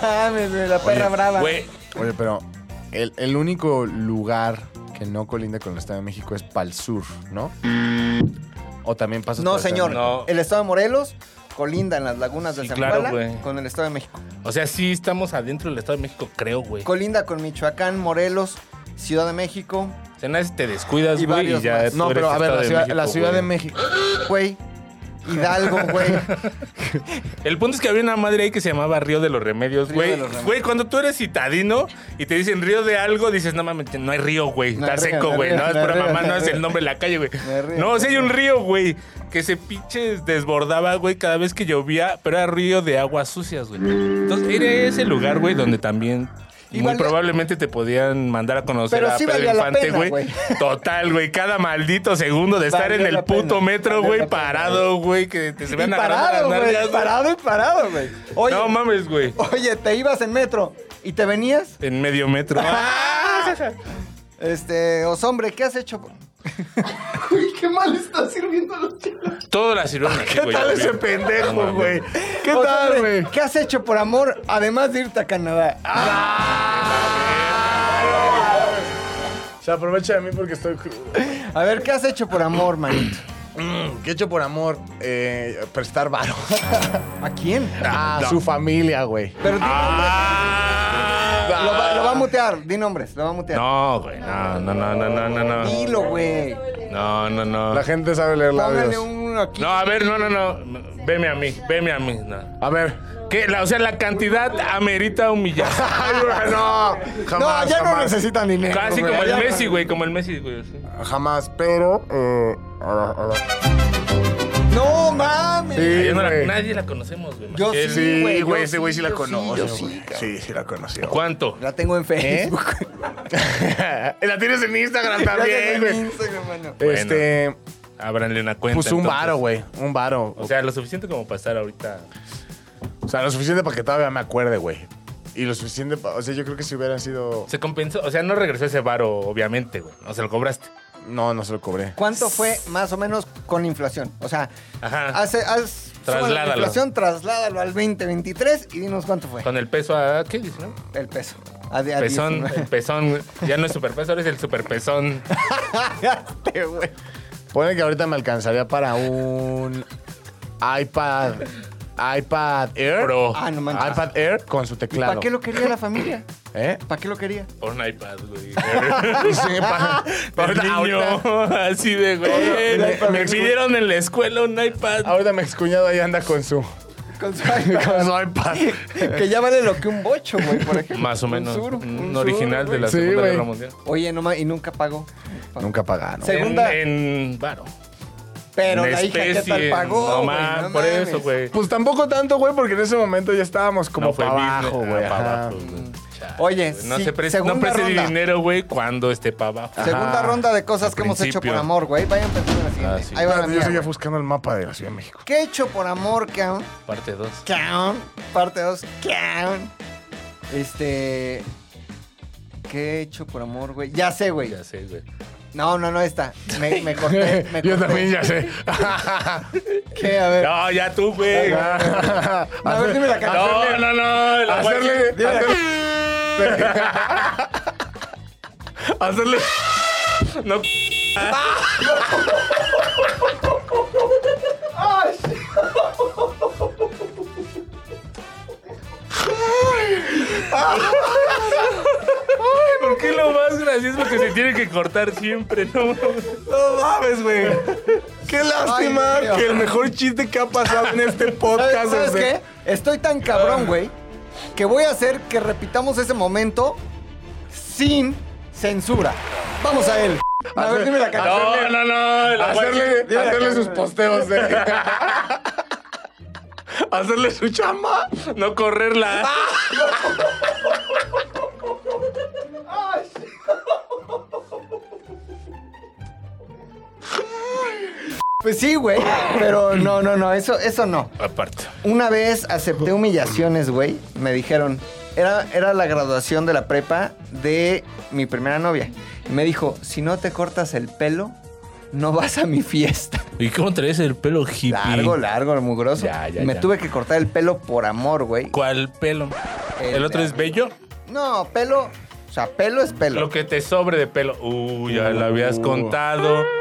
Mames, güey, la perra brava.
Güey,
Oye, pero el, el único lugar que no colinda con el Estado de México es Pal Sur, ¿no? O también pasa
No, señor.
No.
El Estado de Morelos colinda en las lagunas del
Sí, claro,
Zempoala
güey.
con el Estado de México.
o sea, sí estamos adentro del Estado de México, creo, güey. O
Colinda con Michoacán, Morelos, Ciudad de México.
sea, nada más te descuidas,
Y
güey, y
varios
ya
más.
tú
No,
eres
pero a ver,
Estado
la ciudad, la
México,
Ciudad de
güey.
México.
Güey. Hidalgo, güey.
El punto es que había una madre ahí que se llamaba Río de los Remedios,
Río
güey.
de los Remedios.
Güey, cuando tú eres citadino y te dicen río de algo, dices, no mames, no hay río, güey.
No
Está
hay río, no
seco,
hay
güey.
río,
No, es
no hay
pura
río,
mamá,
no
no
hay
es el
río.
nombre de la calle, güey.
No hay río,
No, sí
no
hay
hay
un
río.
río, güey, que se pinche desbordaba, güey, cada vez que llovía, pero era río de aguas sucias, güey. Entonces, era ese lugar, güey, donde también...
Y
muy
valía-
probablemente te podían mandar a conocer
Pero
a
sí
Pedro
valía la
Infante,
pena,
güey.
güey.
Total, güey. Cada maldito segundo de estar
Valió
en el
la pena,
puto metro,
valió
güey,
la pena,
parado, güey, que te se
Y
vean
parado, güey.
nargas, güey.
Parado y parado, güey. Oye,
No mames, güey.
oye, te ibas en metro y te venías.
En medio metro.
Este, os hombre, ¿qué has hecho?
Todo la sirvió así,
¿Qué
güey.
tal
ya
ese
vi. No
pendejo,
mames.
güey? ¿Qué
Os
tal,
hombre,
güey?
¿Qué has hecho por amor, además de irte a Canadá? Ah,
Se aprovecha de mí porque estoy crudo.
A ver, ¿qué has hecho por amor, manito?
Mm, ¿Qué he hecho por amor? Eh, prestar varo.
¿A quién?
Ah,
Ah,
A su familia, güey.
Pero di-
Ah.
lo, va, lo va a mutear, di nombres, lo va a mutear.
No, güey. No, no, no, no, no, no, no.
Dilo, güey.
No, no, no.
La gente sabe leer
Póngale
labios.
uno aquí.
No, a ver, no, no, no. Veme a mí, veme a mí. No.
A ver.
¿Qué? La- o sea, la cantidad amerita humillación.
Ay, güey, no. Jamás,
No, ya no
jamás,
necesitan dinero.
Casi
güey.
como el
Ya-
Messi, güey, como el Messi, güey. sí.
jamás, pero. eh, ahora, ahora.
No mames.
Sí,
Yo no la-
güey.
nadie la conocemos, güey.
Yo
más que él.
Sí,
Sí,
güey,
güey,
yo
ese güey sí la
yo sí,
conoce.
yo
güey.
sí,
Sí,
cabrón.
sí, la conoció. ¿Eh?
¿Cuánto?
La tengo en Facebook.
Y la tienes en Instagram
Ya tengo
también,
en
güey.
Instagram, mano.
Este,
Ábranle una cuenta.
pues un
entonces.
varo, güey. Un varo.
O sea, lo suficiente como para estar ahorita.
O sea, lo suficiente para que todavía me acuerde, güey. Y lo suficiente para. O sea, yo creo que si hubieran sido.
Se compensó. O sea, no regresó ese varo, obviamente, güey. No se lo cobraste.
No, no se lo cobré.
¿Cuánto fue más o menos con inflación? O sea,
Ajá.
hace, haz, suma la
Trasládalo.
inflación, trasládalo al 2023 y dinos cuánto fue
Con el peso a. ¿Qué dice, no?
el peso. A, de- a
Pezón,
19.
el pezón. güey. Ya no es superpeso, ahora es el superpezón.
Cagaste, güey.
Pone que ahorita me alcanzaría para un iPad. iPad Air.
Pro.
Ah, no manches.
iPad Air con su
¿Y
teclado.
¿Para qué lo quería la familia?
¿Eh?
¿Para qué lo quería?
Por un iPad, güey.
Sí, pa-
Por
el niño.
niño. Así de, güey.
Me-
Me
me-
pidieron en la escuela un iPad.
Ahorita mi excuñado ahí anda con su,
Con su
con su iPad.
que ya vale lo que un bocho, güey, por ejemplo.
Más o
Un
menos.
sur, un
Un
sur,
original de
güey.
la
Sí,
Segunda
güey.
Guerra Mundial.
Oye, no ma- y nunca pagó.
Nunca pagaron.
Sí. Segunda-
En, en varo.
Pero
En
la hija ¿qué tal
especie.
pagó.
No
güey?
más,
No
por
mames.
eso, güey.
Pues tampoco tanto, güey, porque en ese momento ya estábamos como
No fue
para
business.
abajo,
Ah,
güey.
pa'
ajá.
abajo, güey.
Oye,
No
sí,
se preste, no
segunda
preste
ronda.
dinero, güey, cuando esté para abajo.
Segunda ronda de cosas
Al
que hemos hecho por
principio.
amor, güey. Vayan pensando en la siguiente.
Ah, sí.
Ahí va la
Espérate, yo
mía.
seguía
güey.
buscando el mapa de la Ciudad de México.
¿Qué he hecho por amor, cabrón?
Parte 2.
Caón, parte 2, caón. Este. ¿Qué he hecho por amor, güey? Ya sé, güey.
Ya sé, güey.
No, no, no, esta. Me, me corté. Me
Yo
corté.
también ya sé.
¿Qué? A ver.
No, ya tú, güey.
a ver, dime la canción.
No, no, no. la
hacerle,
guay-
hacerle,
No.
¿por
que lo más gracioso que se tiene que cortar siempre, ¿no?
No mames, güey. Qué lástima
Ay, en serio.
que el mejor chiste que ha pasado en este
¿Sabes,
podcast
sabes
es de-
qué? Estoy tan cabrón, güey, que voy a hacer que repitamos ese momento sin censura. Vamos a él. A ver, dime la canción.
No, no, no. la
Hacerle,
Dime la
hacerle
que-
sus posteos de. hacerle su chamba.
guay- No correrla.
Pues sí, güey, pero no, no, no, eso, eso no.
Aparte.
Una vez acepté humillaciones, güey. Me dijeron, era, era la graduación de la prepa de mi primera novia. Y me dijo, si no te cortas el pelo, no vas a mi fiesta.
¿Y cómo traes el pelo hippie?
Largo, largo, mugroso.
Ya, ya,
me
ya.
tuve que cortar el pelo por amor, güey.
¿Cuál pelo?
El
El, otro
de
es
arriba.
bello.
No, pelo, o sea, pelo es pelo.
Lo que te sobre de pelo. Uy, ya lo habías
Uh.
contado.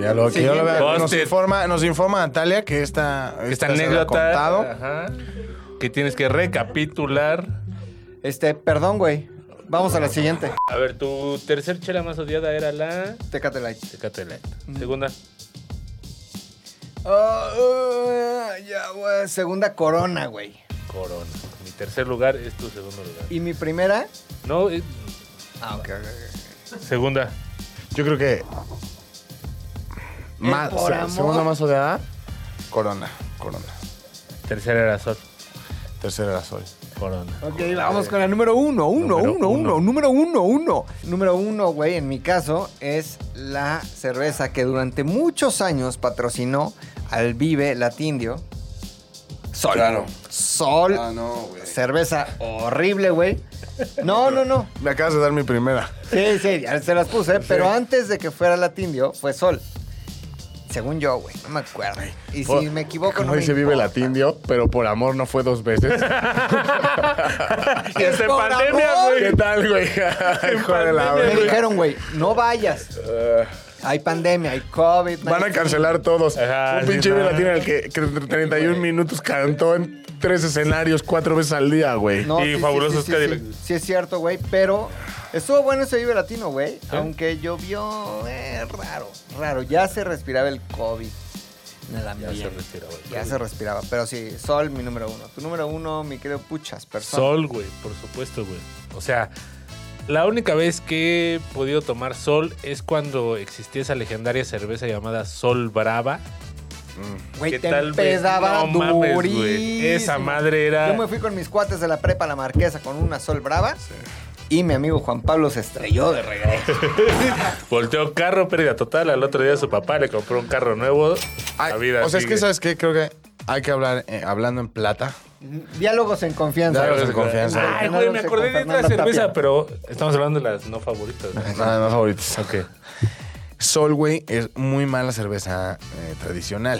Ya lo, que yo lo vea.
Siguiente.
Nos informa, nos informa Natalia que esta,
Esta
se la ha
anécdota.
contado.
ajá, Que tienes que recapitular.
Este, perdón, güey. Vamos a la siguiente.
A ver, tu tercer chela más odiada era la.
Tecate Light.
Tecate Light.
Mm.
Segunda.
Ah, ah, ya, güey. Segunda corona, güey.
Corona. Mi tercer lugar es tu segundo lugar.
Y mi primera.
No, eh,
Ah, ok, ok,
segunda.
Yo creo que. Más,
por
se-
amor.
segunda más odiada. Corona. Corona.
Tercera era Sol.
Tercera la Sol.
Corona.
ok. Ok, vamos con la número uno, uno,
Número
uno, uno,
uno.
número uno, uno. Número uno, güey, en mi caso, es la cerveza que durante muchos años patrocinó al Vive Latindio. Sol.
Claro.
Sol.
no, güey.
Cerveza horrible, güey. No, no, no.
Me acabas de dar mi primera.
Sí, sí, ya se las puse, pero antes de que fuera Latindio, fue Sol. Según yo, güey, no me acuerdo. Y si me equivoco, no
Como
me
dice Vive
importa.
Latindio, pero por amor no fue dos veces.
Y hasta en
Por
pandemia,
amor.
güey.
¿Qué tal, güey? Hijo de la
Me
verga.
dijeron, güey, no vayas. Hay pandemia, hay COVID.
Van a cancelar todos.
Ajá,
Un
sí,
pinche Vive
no.
Latino en el que, que 31 minutos cantó en tres escenarios cuatro veces al día, güey.
No,
Y fabulosos
sí,
Cadillacs.
sí, sí, es cierto, güey, pero estuvo bueno ese Vive Latino, güey. Aunque llovió eh, raro, raro. Ya se respiraba el COVID en el ambiente. Ya se respiraba. Ya se respiraba, pero sí, Sol, mi número uno. Tu número uno, mi querido Puchas, persona.
Sol, güey, por supuesto, güey. O sea, la única vez que he podido tomar sol es cuando existía esa legendaria cerveza llamada Sol Brava.
Güey,
que
te
tal vez-
empedaba
no mames, güey.
durísimo.
Esa madre era-
Yo me fui con mis cuates de la prepa a La Marquesa con una Sol Brava. Y mi amigo Juan Pablo se estrelló de regreso.
Volteó carro, pérdida total. Al otro día su papá le compró un carro nuevo.
Ay,
la vida
o sea, es
sigue.
que, ¿sabes qué? Creo que hay que hablar eh, hablando en plata.
Diálogos en confianza.
Diálogos en confianza.
Ay, güey, me acordé de otra cerveza, pero estamos hablando de las no favoritas. ¿no?
Nada más favoritos.
Ok.
Sol, güey, es muy mala cerveza eh, tradicional.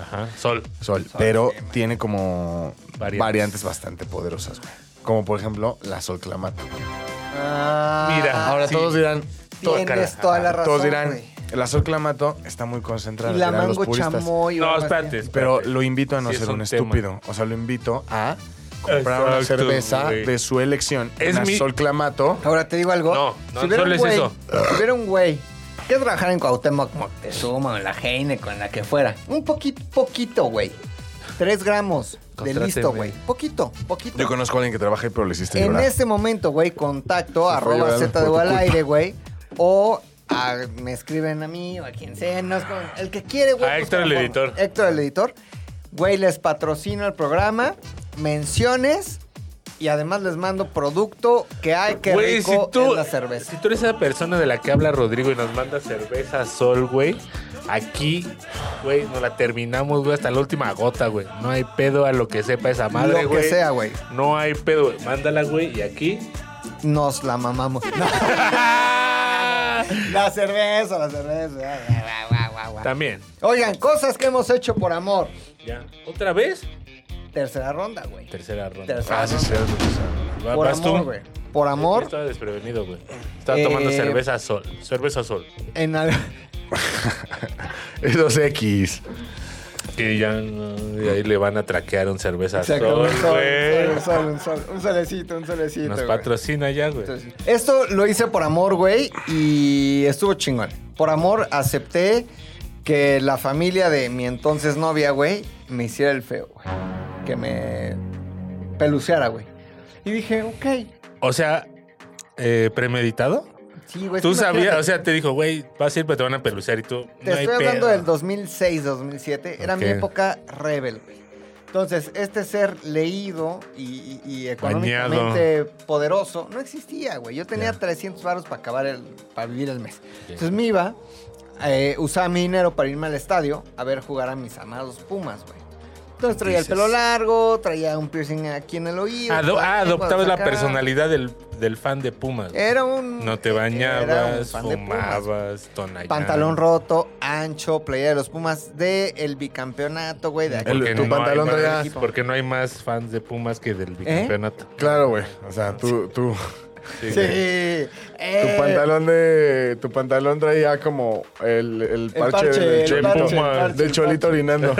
Ajá. Sol.
Sol, pero tiene como
Variantes.
variantes, bastante poderosas, güey. Como por ejemplo la Sol Clamato.
Mira,
Ahora
sí.
todos dirán, to-
Ah, Tienes toda la razón.
todos dirán,
güey.
la Sol Clamato está muy concentrada.
Y la
dirán los
mango
puristas.
chamoy.
No,
güey,
espérate. espérate.
Pero lo invito a no
Sí, es
ser un,
un tema.
estúpido. O sea, lo invito a comprar una
Exacto,
cerveza
güey.
de su elección.
Es
una
mi-
Sol Clamato.
Ahora te digo algo.
No, no,
hubiera
solo
un
es
güey-
eso.
Si hubiera un güey que trabajar en Cuauhtémoc, Moctezuma, en la Heine, con la que fuera. Un poquito, poquito, güey. Tres gramos de
Contráteme.
listo, güey. Poquito, poquito.
Yo conozco a alguien que trabaja y pero le hiciste
en
llorar.
este momento, güey, contacto
fue
arroba
llorando por
ZDU
tu
al
culpa.
aire, güey. O a- me escriben a mí o a quien sea. no es como- el que quiere, güey.
A
pues,
Héctor el
como-
editor.
Héctor el editor. Güey, les patrocino el programa. Menciones. Y además les mando producto que hay que
Güey,
rico es la cerveza.
Si tú eres esa persona de la que habla Rodrigo y nos manda cerveza sol, güey, aquí, güey, nos la terminamos, güey, hasta la última gota, güey. No hay pedo a lo que sepa esa madre,
lo
güey.
que sea, güey.
No hay pedo, güey. Mándala, güey, y aquí.
Nos la mamamos. No, la cerveza, la cerveza. Guau, guau, guau, guau.
También.
Oigan, cosas que hemos hecho por amor.
Ya. ¿Otra vez?
Tercera ronda, güey.
Tercera ronda.
Tercera
Ah, sí,
ronda.
sí, sí, sí.
Va-
Por
¿Vas
amor,
tú?
güey. Por amor,
Estaba desprevenido, güey. Estaba
Eh,
tomando cerveza sol. Cerveza sol.
en al-
Es dos X.
Que ya y ahí le van a traquear un cerveza a
Exacto,
Sol,
un sol,
güey.
un sol, un sol, un sol, un solecito, un solecito.
Nos
güey.
patrocina ya, güey.
Entonces, Esto lo hice por amor, güey, y estuvo chingón. Por amor acepté que la familia de mi entonces novia, güey, me hiciera el feo, güey. Que me peluceara, güey. Y dije, ok.
O sea, eh, premeditado.
Sí, güey.
Tú
es que Pues imagínate,
sabías, o sea, te dijo, güey, vas a ir, pero te van a pelucear y tú.
Te
no hay
estoy hablando
pedo.
del 2006, 2007. Era mi
Ok.
época rebel, güey. Entonces, este ser leído y, y- y económicamente poderoso no existía, güey. Yo tenía
Ya.
300 varos para acabar el, para vivir el mes. Entonces me iba, eh, usaba mi dinero para irme al estadio a ver jugar a mis amados Pumas, güey. Entonces traía el pelo largo, traía un piercing aquí en el oído.
Ado-
por
ah,
aquí, por
adoptabas la
acá.
personalidad del, del fan de Pumas. güey.
Era un.
No te
era un
bañabas,
fan de Pumas,
fumabas, tonallabas.
Pantalón roto, ancho, playera de los Pumas del bicampeonato, güey, de aquí.
El-
Tu pantalón
hay más,
traía-
Porque no hay más fans de Pumas que
¿Eh?
del bicampeonato.
Claro, güey. O sea, tú, tú,
Sí.
güey.
Eh,
tu pantalón de. Tu pantalón traía como el, el parche,
parche,
del,
el
cholito,
parche, el parche,
del
el
cholito orinando.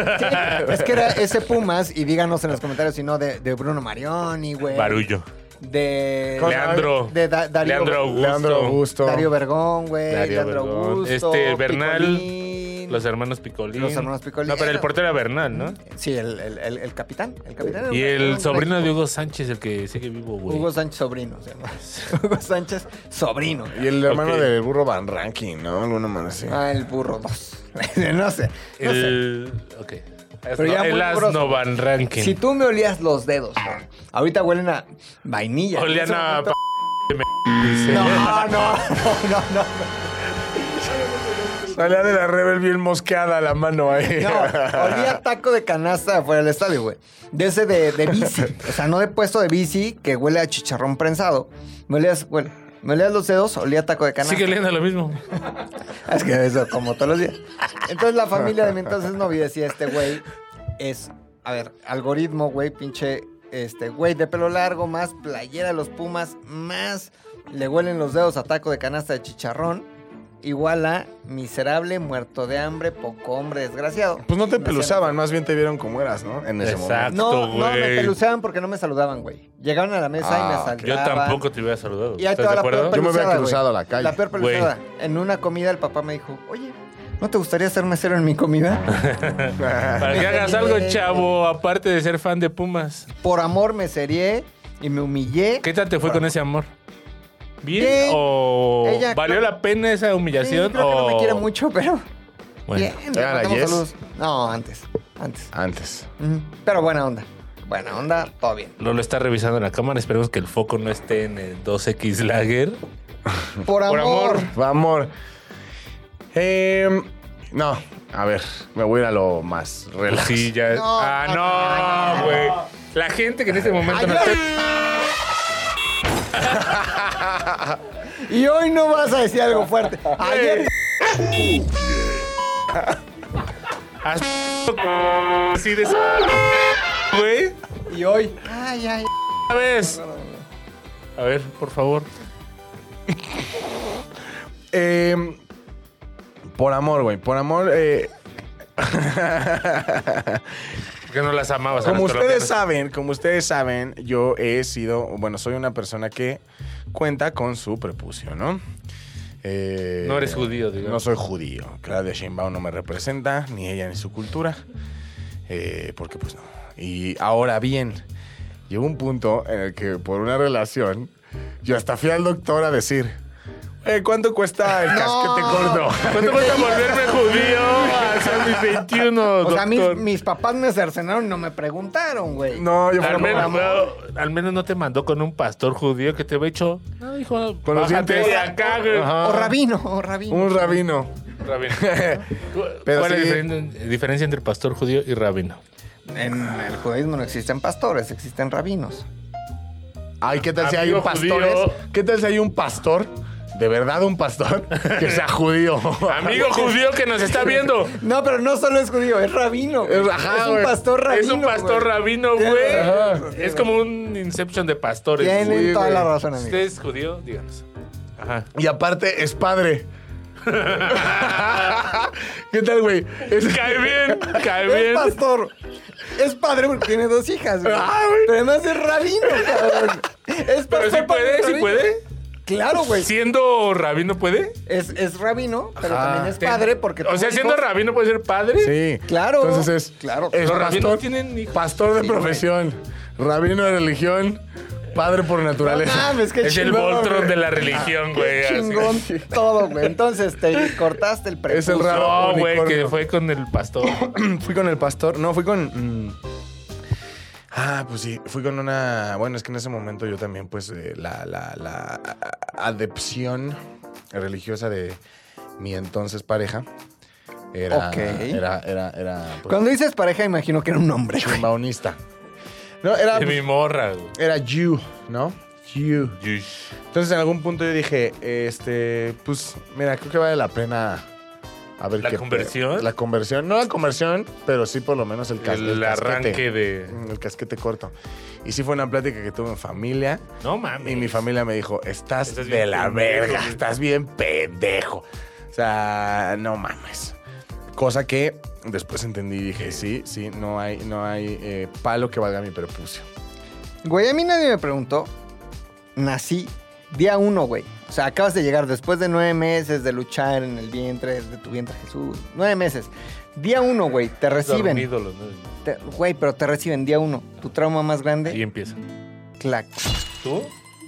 Es que era ese Pumas, y díganos en los comentarios si no, de, de Bruno Marioni, güey.
Barullo.
De.
Leandro.
De Da- Darío,
Leandro Augusto.
Leandro Augusto.
Darío Vergón, güey.
Darío
Leandro
Vergón.
Augusto.
Este, Bernal,
Picolín.
Los hermanos Picolín.
Los hermanos Picolín.
No, pero el portero era Bernal, ¿no?
Sí, el, el- el- el capitán. El capitán era
Y
un- era
el
un
sobrino
crack.
de Hugo Sánchez, el que sigue vivo, güey.
Hugo Sánchez Sobrino. se llama. Hugo Sánchez Sobrino.
Y el hermano
Ok.
de Burro Van Ranking, ¿no? Alguna manera así.
Ah, el burro 2. no sé. no sé.
El. Ok.
Pero ya
el
muy
asno
grosso.
Van Ranking.
Si tú me olías los dedos, güey, ahorita huelen a vainilla.
Olían
En ese
a
momento-
p- me dice.
No, no, no, no, no.
Salía de la Rebel bien mosqueada la mano ahí.
No, olía a taco de canasta afuera del estadio, güey. De ese de, de bici. O sea, no de puesto de bici que huele a chicharrón prensado. Me olías, güey. Me olías los dedos, olía a taco de canasta.
Sigue leyendo lo mismo.
Es que eso, como todos los días. Entonces la familia de mi entonces novia decía, este güey es, a ver, algoritmo, güey, pinche, este güey de pelo largo, más playera de los Pumas, más le huelen los dedos a taco de canasta de chicharrón, igual a miserable, muerto de hambre, poco hombre, desgraciado.
Pues no te
Me
peluzaban, más bien te vieron como eras, ¿no? En ese
Exacto.
momento.
No, no, me
güey.
peluceaban porque no me saludaban, güey. Llegaban a la mesa y
Ah,
me
ok.
Yo
saltaban.
tampoco te hubiera saludado.
Y ahí te
Pues, ¿Estás de
va la peor
acuerdo?
Yo me había
peluceada,
cruzado
güey.
la calle.
La peor peluceada. En una comida el papá me dijo, oye, ¿no te gustaría ser mesero en mi comida?
Para que hagas algo, chavo, aparte de ser fan de Pumas.
Por amor me serié y me humillé.
¿Qué tal te fue con ese amor? ¿Bien?
Bien.
¿O
Ella-
valió la pena esa
Sí,
humillación?
creo que no me
o-
quiere mucho, pero
Bueno,
bien. le
¿Era la
mandamos
Yes?
saludos. No, antes, antes.
Antes.
Ujú. Pero buena onda. Buena onda, todo bien.
Lolo está revisando la cámara. Esperemos que el foco no esté en el 2X Lager.
Por amor.
Por amor. Em, no, a ver, me voy a ir a lo más relax.
Sí, ya.
No, no,
ah, no, güey. La gente que en este momento no esté.
Y hoy no vas a decir algo fuerte. Ayer
Haz- Así de. Güey.
y hoy. Ay, ay.
Una vez. A ver, por favor.
Em, por amor, güey. Por amor, eh,
Porque no las amabas. a
como
las colombianas?
ustedes saben, como ustedes saben, yo he sido, bueno, soy una persona que cuenta con su prepucio, ¿no? Eh,
No eres judío, digamos.
No soy judío. Claudia Sheinbaum no me representa, ni ella ni su cultura. Eh, porque pues no. Y ahora bien, llegó un punto en el que por una relación, yo hasta fui al doctor a decir, "Eh, ¿cuánto cuesta el casquete corto?
¿Cuánto cuesta volverme judío Ah, a mis 21,
O sea, mis,
doctor?
mis papás me cercenaron y no me preguntaron, güey.
No, yo fui
Al
por
menos,
amor.
no, al menos no te mandó con un pastor judío que te había hecho. No, hijo,
Con los
bájate
dientes.
de acá, güey.
Ajá.
O rabino, o rabino.
Un rabino.
Rabino.
Pero
¿Cuál es
sí.
la diferen- diferencia entre pastor judío y rabino?
En el judaísmo no existen pastores, existen rabinos.
Ay, ¿qué tal si hay un
Amigo
pastores?
judío.
¿Qué tal si hay un pastor? De verdad, un pastor que sea judío.
Amigo judío que nos está viendo.
No, pero no solo es judío, es rabino. güey.
Es- ajá,
es un
güey.
pastor rabino.
es un pastor
güey.
rabino,
Ajá.
güey. Es como un Inception de pastores.
Tienen
güey.
toda la
güey.
razón, amigo.
¿Usted es judío? Díganos. Ajá.
Y aparte, es padre. ¿Qué tal, güey? Es-
Cae bien, cae
Es
bien.
pastor. Es padre porque tiene dos hijas, güey.
Ah, güey.
Pero además es rabino, cabrón. Es
Pero
pastor,
sí puede,
padre,
sí
rabino.
puede.
Claro, güey.
Siendo rabino puede.
Es, es rabino, pero
Ajá.
también es padre porque...
O sea,
tuvo
siendo
hijos.
rabino puede ser padre.
Sí.
Claro.
Entonces es.
Claro.
Es
Los rabinos
pastor,
tienen hijos.
pastor de profesión, rabino de religión, padre por naturaleza.
No mames, qué
Es el
chingón,
Voltron
güey. Ah,
de la religión, güey. así.
Chingón todo, güey. Entonces te cortaste el prepucio.
Es el rabo.
No, güey, que
Unicornio.
fue con el pastor.
fui con el pastor. No, fui con. mm, Ah, pues sí, fui con una. Bueno, es que en ese momento yo también, pues, eh, la, la, la a- a- adepción religiosa de mi entonces pareja era.
Ok.
Era, era, era. pues,
Cuando dices pareja, imagino que era un hombre, güey.
chimbaonista. No, era.
De mi morra, güey.
Era you, ¿no? You.
Yush.
Entonces en algún punto yo dije, este, pues mira, creo que vale la pena a ver
¿La
qué pe-
conversión?
La conversión, no la conversión, pero sí por lo menos el, cas-
El
casquete.
arranque de.
Mm, El casquete corto. Y sí fue una plática que tuve en familia
No
Ah,
mames.
y mi familia me dijo, estás,
Estás
de
bien
la
pendejo,
verga,
güey.
estás bien pendejo. O sea, no mames. Cosa que después entendí y dije, sí, sí, no hay, no hay eh, palo que valga mi prepucio.
Güey, a mí nadie me preguntó. Nací día uno, güey. O sea, acabas de llegar después de nueve meses de luchar en el vientre de tu vientre Jesús. Nueve meses. Día uno, güey. Te reciben.
Dormido los nueve.
Te- Güey, pero te reciben día uno. Tu trauma más
Ahí
grande,
empieza.
clac.
¿Tú?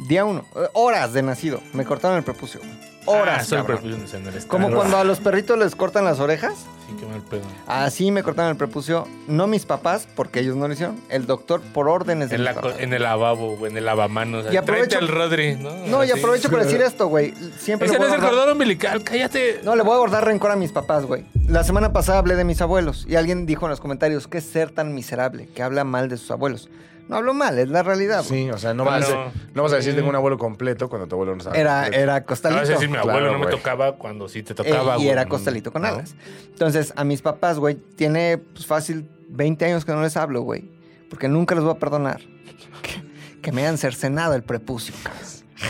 Día uno. Eh, Horas de nacido. Me cortaron el prepucio.
Ahora
Horas.
Ah, soy Ah,
cabrón.
propicio nacional, está
Como
raro.
cuando a los perritos les cortan las orejas.
Sí, qué mal pedo.
Así me cortaron el prepucio. No mis papás, porque ellos no lo hicieron. El doctor por órdenes de
En,
mis
la co-
papás.
en el lavabo, güey, en el lavamanos.
Y aprovecho-
Tráete al Rodri, ¿no?
No, y
Así.
aprovecho para decir esto, güey. Siempre
Ese
le
no
voy
es
a
el
guardar-
cordón umbilical, cállate.
No, le voy a guardar rencor a mis papás, güey. La semana pasada hablé de mis abuelos y alguien dijo en los comentarios, qué ser tan miserable, que habla mal de sus abuelos. No hablo mal, es la realidad. güey.
Sí, o sea, no,
Claro.
vas, a decir, no vas a decir tengo un abuelo completo cuando tu abuelo no sabe.
Era, era
a
costalito.
veces si Ah, mi
Claro,
abuelo no me
güey.
tocaba cuando sí te
Eh,
tocaba,
y
güey.
era costalito con
No.
alas. Entonces, a mis papás, güey, tiene pues, fácil 20 años que no les hablo, güey. Porque nunca les voy a perdonar que, que me hayan cercenado el prepucio, cabrón.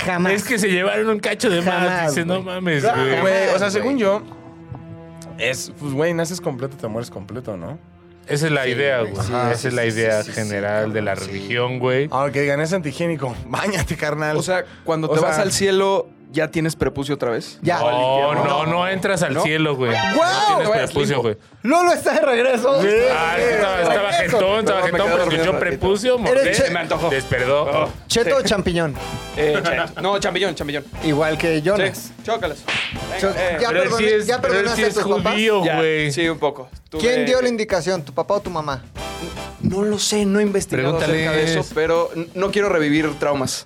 Jamás.
Es que se llevaron un cacho de más.
Jamás,
Dice, no
güey.
mames,
Claro,
güey.
Ah, güey. O sea,
Jamás,
según yo, es, pues, güey, naces completo, te mueres completo, ¿no?
Esa es la idea,
güey,
güey.
sí,
Esa
sí,
es la
sí,
idea
sí, Ah, sí,
general de la religión, güey.
Aunque digan, es antihigiénico. Báñate, carnal.
O sea, cuando
O
te
sea-
vas al cielo, ¿ya tienes prepucio otra vez?
Ya.
No, no, no entras al cielo, güey.
¡Guau! Eh,
No tienes prepucio, güey.
Lolo está de regreso.
Ah, es que estaba, estaba jetón, estaba jetón,
Perdón, me quedé
pero escuchó
dormido un ratito.
prepucio,
Eres
mordé,
che-
Me antojó.
desperdó.
Oh,
Cheto o champiñón.
eh, chet. No, champiñón, champiñón.
Igual que Jonas.
Sí, chócalas. Venga,
Cho-
eh,
ya
Pero él sí
perdoné-
es,
ya
pero él sí
perdonaste a
es
tus papás.
judío,
ya,
güey.
Sí, un poco. Tuve-
¿Quién dio la indicación? ¿Tu papá o tu mamá?
Ah,
No lo sé, no he investigado
Pregúntales.
acerca de eso, pero n- no quiero revivir traumas.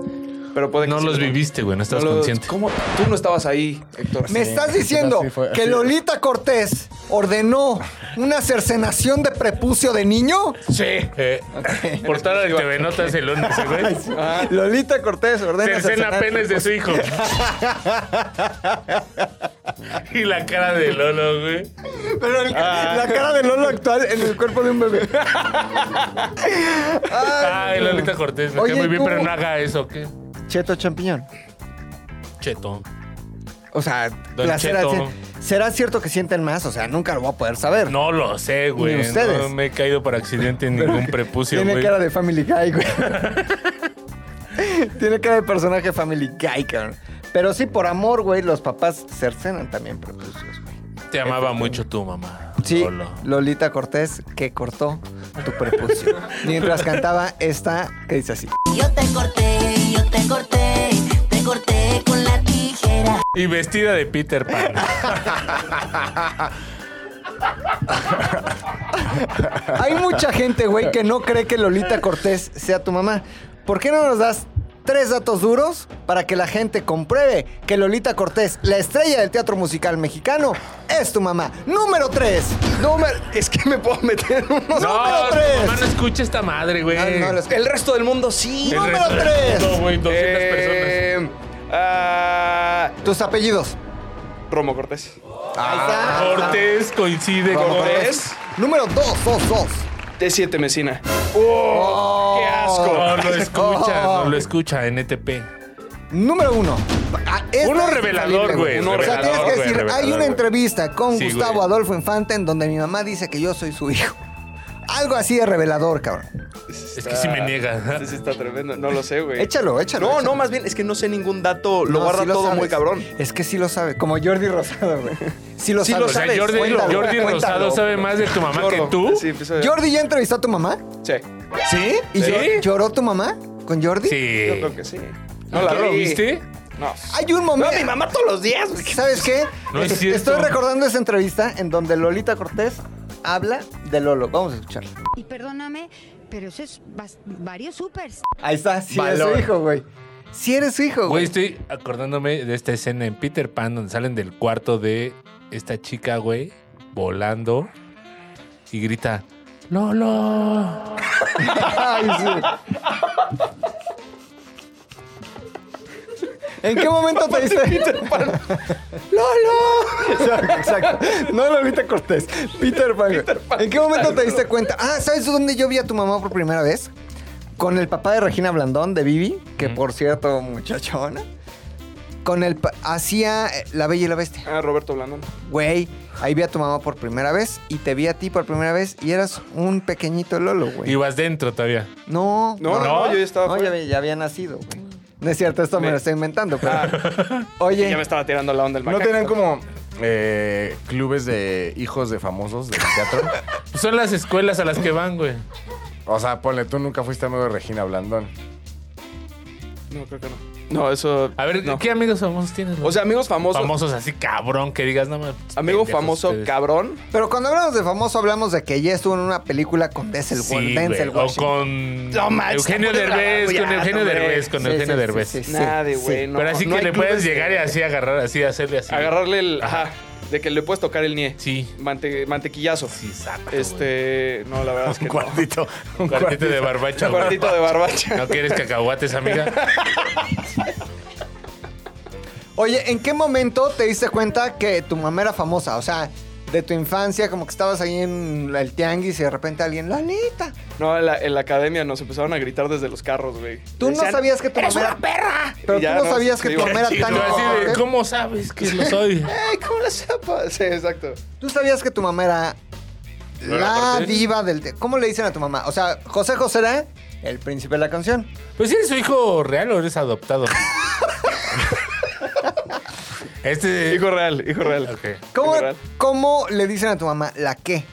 Pero puede que
No
sí.
los viviste, güey, no
No
estabas
los-
consciente.
¿Cómo? Tú no estabas ahí, Héctor.
Me
Sí.
estás diciendo
así fue,
que
así.
Lolita Cortés ordenó una cercenación de prepucio de niño.
Sí. Eh, portada de TV Notas el 11, güey.
Lolita Cortés ordena
Tercena
cercenar-
penes de su hijo. y la cara de Lolo, güey.
Pero el-
Ah.
la cara de Lolo actual en el cuerpo de un bebé.
Ay, Lolita Cortés, me
Oye,
cae muy bien,
¿cómo?
pero no haga eso, ¿qué?
Cheto champiñón.
Cheto.
O sea,
Don
la- será,
Cheto.
será cierto que sienten más? O sea, nunca lo voy a poder saber.
No lo sé, güey.
Ni ustedes.
No me he caído por accidente en ningún prepucio,
Tiene
güey.
cara de Family Guy, güey. Tiene cara de personaje Family Guy, cabrón. Pero sí, por amor, güey, los papás cercenan también prepucios, güey.
Te amaba mucho tu mamá.
Sí,
Lolo.
Lolita Cortés, que cortó tu prepucio. Mientras cantaba esta, que dice así.
Yo te corté, yo te corté, te corté con la tijera.
Y vestida de Peter Pan.
Hay mucha gente, güey, que no cree que Lolita Cortés sea tu mamá. ¿Por qué no nos das tres datos duros para que la gente compruebe que Lolita Cortés, la estrella del teatro musical mexicano, es tu mamá? Número tres.
No, me- es que me puedo meter en unos.
No,
Número
tu
tres.
mamá no escucha esta madre, güey.
No, no, los-
El resto del mundo sí.
El
número
resto del
tres.
mundo, güey, 200 personas.
Eh, ah,
Tus apellidos.
Romo Cortés.
Ah,
Ahí está.
Cortés coincide con
Cortés.
Número dos, dos, dos.
T7 Mesina.
¡Qué Oh, asco! No lo escucha,
Oh.
no lo escucha, NTP.
Número uno. Ah, esta
Uno
es
revelador,
infalible,
güey,
O sea,
revelador,
tienes que
güey,
decir,
revelador,
hay una
güey.
entrevista con
Sí,
Gustavo
güey.
Adolfo Infante en donde mi mamá dice que yo soy su hijo. Algo así de revelador, cabrón.
Es que sí me niega.
Sí, sí, está tremendo. No lo sé, güey.
Échalo, échalo.
No,
échalo.
no, más bien es que no sé ningún dato. Lo
No,
guarda
sí
todo
sabes.
muy cabrón.
Es que sí lo sabe, como Jordi Rosado, güey. Sí lo
Sí
sabe.
lo
O sea,
sabes,
Jordi,
cuéntalo,
Jordi
cuéntalo.
Rosado sabe más de tu mamá que
Jordi.
tú.
Sí, empiezo a-
¿Jordi ya entrevistó a tu mamá?
Sí.
¿Sí?
¿Y llor- lloró tu mamá con Jordi?
Yo
Sí.
creo que sí.
¿No la
vi.
viste?
No.
Hay un momento.
mi mamá todos los días, güey.
¿Sabes qué?
No es
Es-
cierto.
Estoy recordando esa entrevista en donde Lolita Cortés habla de Lolo. Vamos a escucharla.
Y perdóname, pero eso es bas- varios supers.
Ahí está, sí
Valor.
eres su hijo, güey. Sí eres su hijo,
Güey,
güey.
estoy acordándome de esta escena en Peter Pan donde salen del cuarto de esta chica, güey, volando y grita, ¡Lolo!
Ay, sí. ¿En qué momento te diste? Peter Pan. ¡Lolo! Exacto, exacto. No Lolita Cortés. Peter Pan. güey. ¿En qué momento te diste cuenta? Ah, ¿sabes dónde yo vi a tu mamá por primera vez? Con el papá de Regina Blandón, de Vivi, que por cierto, muchachona. Con el... pa- Hacía eh, La Bella y la Bestia.
Ah, Roberto Blandón.
Güey, ahí vi a tu mamá por primera vez y te vi a ti por primera vez y eras un pequeñito Lolo, güey.
Ibas dentro todavía.
No,
No, no,
No.
no, yo ya estaba.
no, ya,
fuera.
había- ya había nacido, güey. No es cierto, esto me lo estoy inventando, pero. Oye,
Ya me estaba tirando la onda del
¿No
macaco.
tenían como eh, clubes de hijos de famosos del teatro?
Pues son las escuelas a las que van, güey.
o sea, ponle, tú nunca fuiste amigo de Regina Blandón.
No, creo que no. No, eso.
A ver,
no.
¿qué amigos famosos tienes? güey?
O sea, amigos famosos.
famosos así cabrón que digas nada más.
Amigo
pendejos
famoso,
ustedes.
cabrón.
pero cuando hablamos de famoso, hablamos de que ya estuvo en una película con Denzel,
Sí,
Washington.
güey,
Denzel
O
Washington.
con
No manches,
Eugenio
está muy
Derbez,
bravo
con
ya,
Eugenio
hombre.
Derbez, con
Sí,
Eugenio
sí, sí,
Derbez.
sí, sí.
Nada de
sí.
güey. no,
Pero así
no
que
hay
le puedes
clubes de-
llegar y así agarrar, así hacerle así.
Agarrarle el. Ajá. De que le puedes tocar el nie.
Sí.
Mante- mantequillazo.
Sí, exacto. güey.
Este. No, la verdad es que.
Un
no.
cuartito. Un cuartito de barbacha,
Un
güey.
cuartito de barbacha.
¿No quieres cacahuates, amiga?
Oye, ¿en qué momento te diste cuenta que tu mamá era famosa? O sea, de tu infancia, como que estabas ahí en el tianguis y de repente alguien, Lolita.
No, en la, en la academia nos empezaron a gritar desde los carros, güey.
Tú no
Decían,
sabías que tu mamá era. perra! Pero
Y ya
tú no,
no,
sabías que
sí,
tu mamá era
sí,
tan
Yo así de,
importante.
¿Cómo sabes que lo soy?
¡Ay, cómo la zapa! Sí, exacto.
Tú sabías que tu mamá era la diva del... te- ¿Cómo le dicen a tu mamá? O sea, José José era el príncipe de la canción.
Pues si eres su hijo real o eres adoptado. este.
Hijo real, hijo real.
Ok.
¿Cómo,
Hijo real.
cómo le dicen a tu mamá la qué?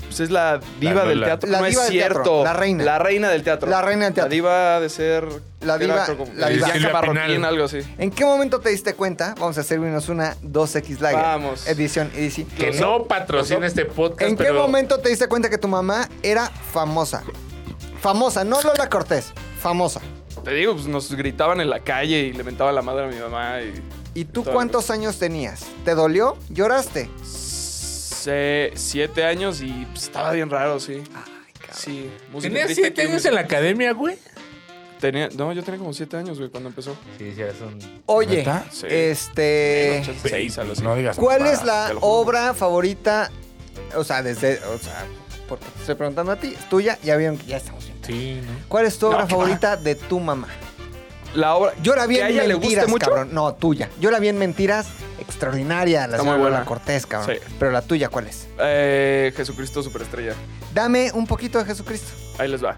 Pues es la diva
La
del
Lola.
teatro.
La
no
diva
es
del teatro,
cierto.
la reina.
La reina del teatro.
La reina del teatro.
La diva de ser.
La
era
diva-
como-
la diva.
Bianca
Silvia
Marroquín,
Pinal.
algo así.
¿En qué momento te diste cuenta? Vamos a servirnos una 2X Lager.
Vamos.
Edición EDC.
Que no patrocina este podcast.
¿En qué
pero-
momento te diste cuenta que tu mamá era famosa? Famosa, no Lola Cortés, famosa.
Te digo, pues nos gritaban en la calle y le mentaba la madre a mi mamá. ¿Y,
¿Y tú
Todo.
cuántos años tenías? ¿Te dolió? ¿Lloraste?
Se- siete años y pues, estaba bien raro, sí. Sí. música
¿Tenías
triste,
siete
que
años
me-
en la academia, güey?
Tenía, no, yo tenía como siete años, güey, cuando empezó.
Sí, sí, son.
Oye,
¿Neta?
Sí.
este...
Ocho, seis, algo así.
No digas.
¿Cuál
mamadas.
es la
te lo juro.
obra favorita? O sea, desde. O sea, porque te estoy preguntando a ti. Es tuya, ya vieron que ya estamos bien.
Sí, ¿no?
¿Cuál es tu obra favorita de tu mamá?
La obra.
Yo la vi
¿Que
en
a ella le guste
Mentiras,
mucho?
cabrón. No, tuya. Yo la vi en Mentiras, extraordinaria. La
Está muy
señora Lola
buena.
Cortés, cabrón.
Sí.
Pero la tuya, ¿cuál es?
Eh, Jesucristo Superestrella.
Dame un poquito de Jesucristo.
Ahí les va.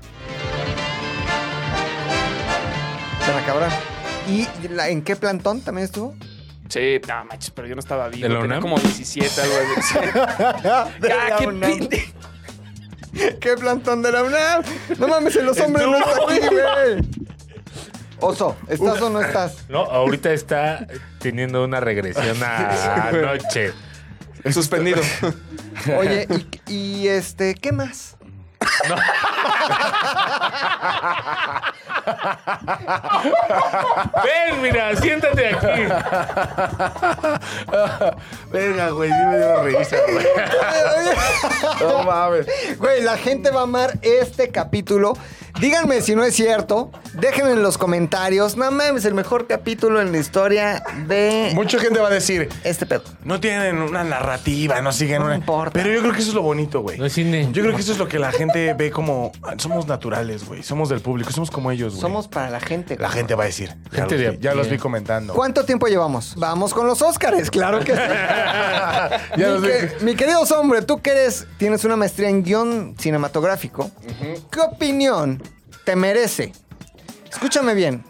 Se me acabaron. ¿Y la- en qué plantón también estuvo?
Sí, no manches, pero yo no estaba
¿De
vivo.
la
Tenía
UNAM?
como 17, algo así. Sí. Ah,
la
qué
UNAM.
pin-
¿Qué plantón de la UNAM? No mames, los hombres no están aquí, güey. Oso, ¿estás o no estás?
No, ahorita está teniendo una regresión a noche.
Suspendido.
Oye, y, y, este, ¿qué más?
Ven, mira, siéntate aquí.
Verga, güey, sí me dio risa, güey.
Oye,
No mames.
Güey, la gente va a amar este capítulo. Díganme si no es cierto. Déjenme en los comentarios. No mames, el mejor capítulo en la historia de
Mucha gente va a decir,
este pedo.
no tienen una narrativa, no siguen
No
una.
importa.
Pero yo creo que eso es lo bonito, güey.
No es cine.
Yo creo que eso es lo que la gente ve como. ah, Somos naturales, güey. Somos del público, somos como ellos, güey.
Somos para la gente.
La gente va a decir. Ya,
Gente
los,
de
vi,
a
ya
pie.
los vi comentando.
¿Cuánto tiempo llevamos? Vamos con los Óscares, claro que sí.
Ya
mi,
los
que- mi querido hombre, tú que eres, tienes una maestría en guión cinematográfico, ¿qué opinión te merece? Escúchame bien.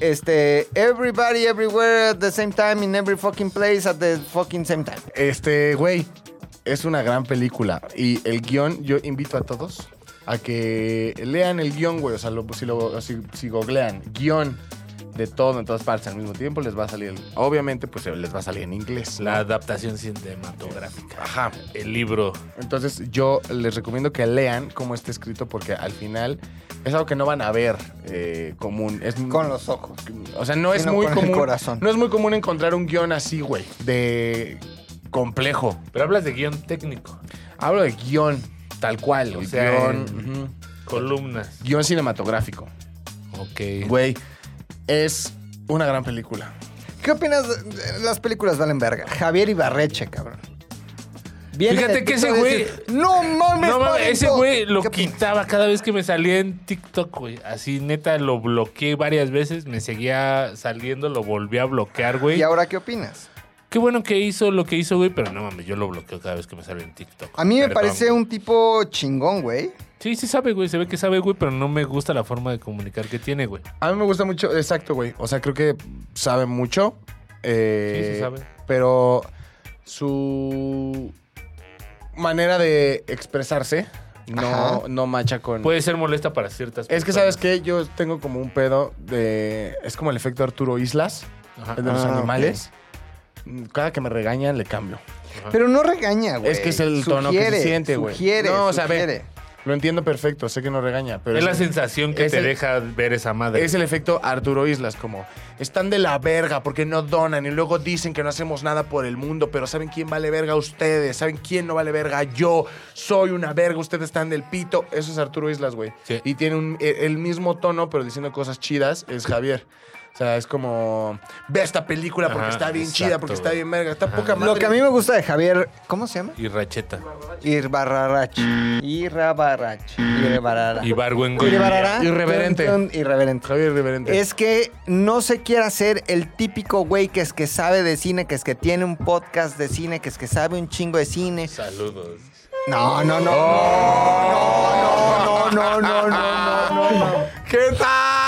Este, everybody, everywhere, at the same time, in every fucking place, at the fucking same time.
Este, güey, es una gran película. Y el guión, yo invito a todos a que lean el guión, güey. O sea, lo- si, lo, si, si googlean guión de todo en todas partes al mismo tiempo, les va a salir. el- obviamente, pues les va a salir en inglés.
La adaptación cinematográfica.
Ajá.
El libro.
Entonces, yo les recomiendo que lean cómo está escrito, porque al final es algo que no van a ver eh, común. Es,
Con los ojos.
O sea, no es
Sino
muy
con el
común.
corazón.
No es muy común encontrar un guión así, güey. De complejo.
Pero hablas de guión técnico.
Hablo de guión, tal cual.
O
el
sea,
guión,
en-
ujú.
Columnas.
guión cinematográfico.
Ok.
Güey, es una gran película.
¿Qué opinas? de- Las películas valen verga. Javier Ibarreche, cabrón. Viene
Fíjate
de
que
pito
ese
a
güey-
decir, No mames,
No mames,
Parenzo".
ese güey lo
¿Qué opinas?
quitaba cada vez que me salía en TikTok, güey. Así, neta, lo bloqueé varias veces, me seguía saliendo, lo volví a bloquear, güey.
¿Y ahora qué opinas?
Qué bueno que hizo lo que hizo, güey, pero no mames, yo lo bloqueo cada vez que me sale en TikTok.
A mí me
Perdón.
parece un tipo chingón, güey.
Sí, sí sabe, güey, se ve que sabe, güey, pero no me gusta la forma de comunicar que tiene, güey.
A mí me gusta mucho, exacto, güey. O sea, creo que sabe mucho. eh,
Sí, sí sabe.
mm.
Pero su manera de expresarse
Ajá.
no, no macha con...
Puede ser molesta para ciertas
es que, ¿sabes qué? Yo tengo como un pedo de... Es como el efecto Arturo Islas,
Ajá.
el de los
Ah, ok.
animales. Cada que me regañan, le cambio.
Pero no regaña, güey.
Es que es el tono que se
Sugiere,
siente, güey.
Sugiere,
No, o sea,
sugiere.
ve, lo entiendo perfecto, sé que no regaña, pero
Es la
el-
sensación que
es
te
el-
deja ver esa madre.
Es el efecto Arturo Islas, como están de la verga porque no donan y luego dicen que no hacemos nada por el mundo, pero ¿saben quién vale verga? Ustedes, ¿saben quién no vale verga? Yo soy una verga, ustedes están del pito. Eso es Arturo Islas, güey.
Sí.
Y tiene un- e- el mismo tono, pero diciendo cosas chidas, es Javier. O sea, es como, ve esta película porque
Ajá,
está bien
exacto,
chida, porque está
güey.
bien verga, está
Ajá.
poca madre.
Lo que a mí me gusta de Javier, ¿cómo se llama?
Y racheta.
Irbararach. Irbararach. Irbararach.
Y Barwengoy.
Irbararach.
Irreverente.
Tun, tun, Irreverente.
Javier Reverente.
Es que no se quiere hacer el típico güey que es que sabe de cine, que es que tiene un podcast de cine, que es que sabe un chingo de cine.
Saludos.
No, no, no.
Oh.
No, no, no, no, no, no, no, no.
¿Qué tal?
No,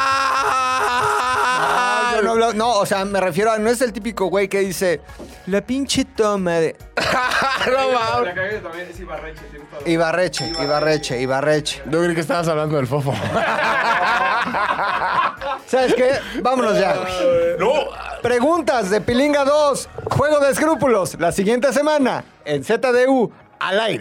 Ah, yo no, hablo- no, o sea, me refiero a. No es el típico güey que dice. La pinche toma de.
La cagué también es Ibarreche, tiene toda la-
Ibarreche, Ibarreche, Ibarreche.
Yo creí que estabas hablando del fofo.
¿Sabes qué? Vámonos ya, güey. Preguntas de Pilinga 2. Juego de escrúpulos. La siguiente semana en ZDU al aire.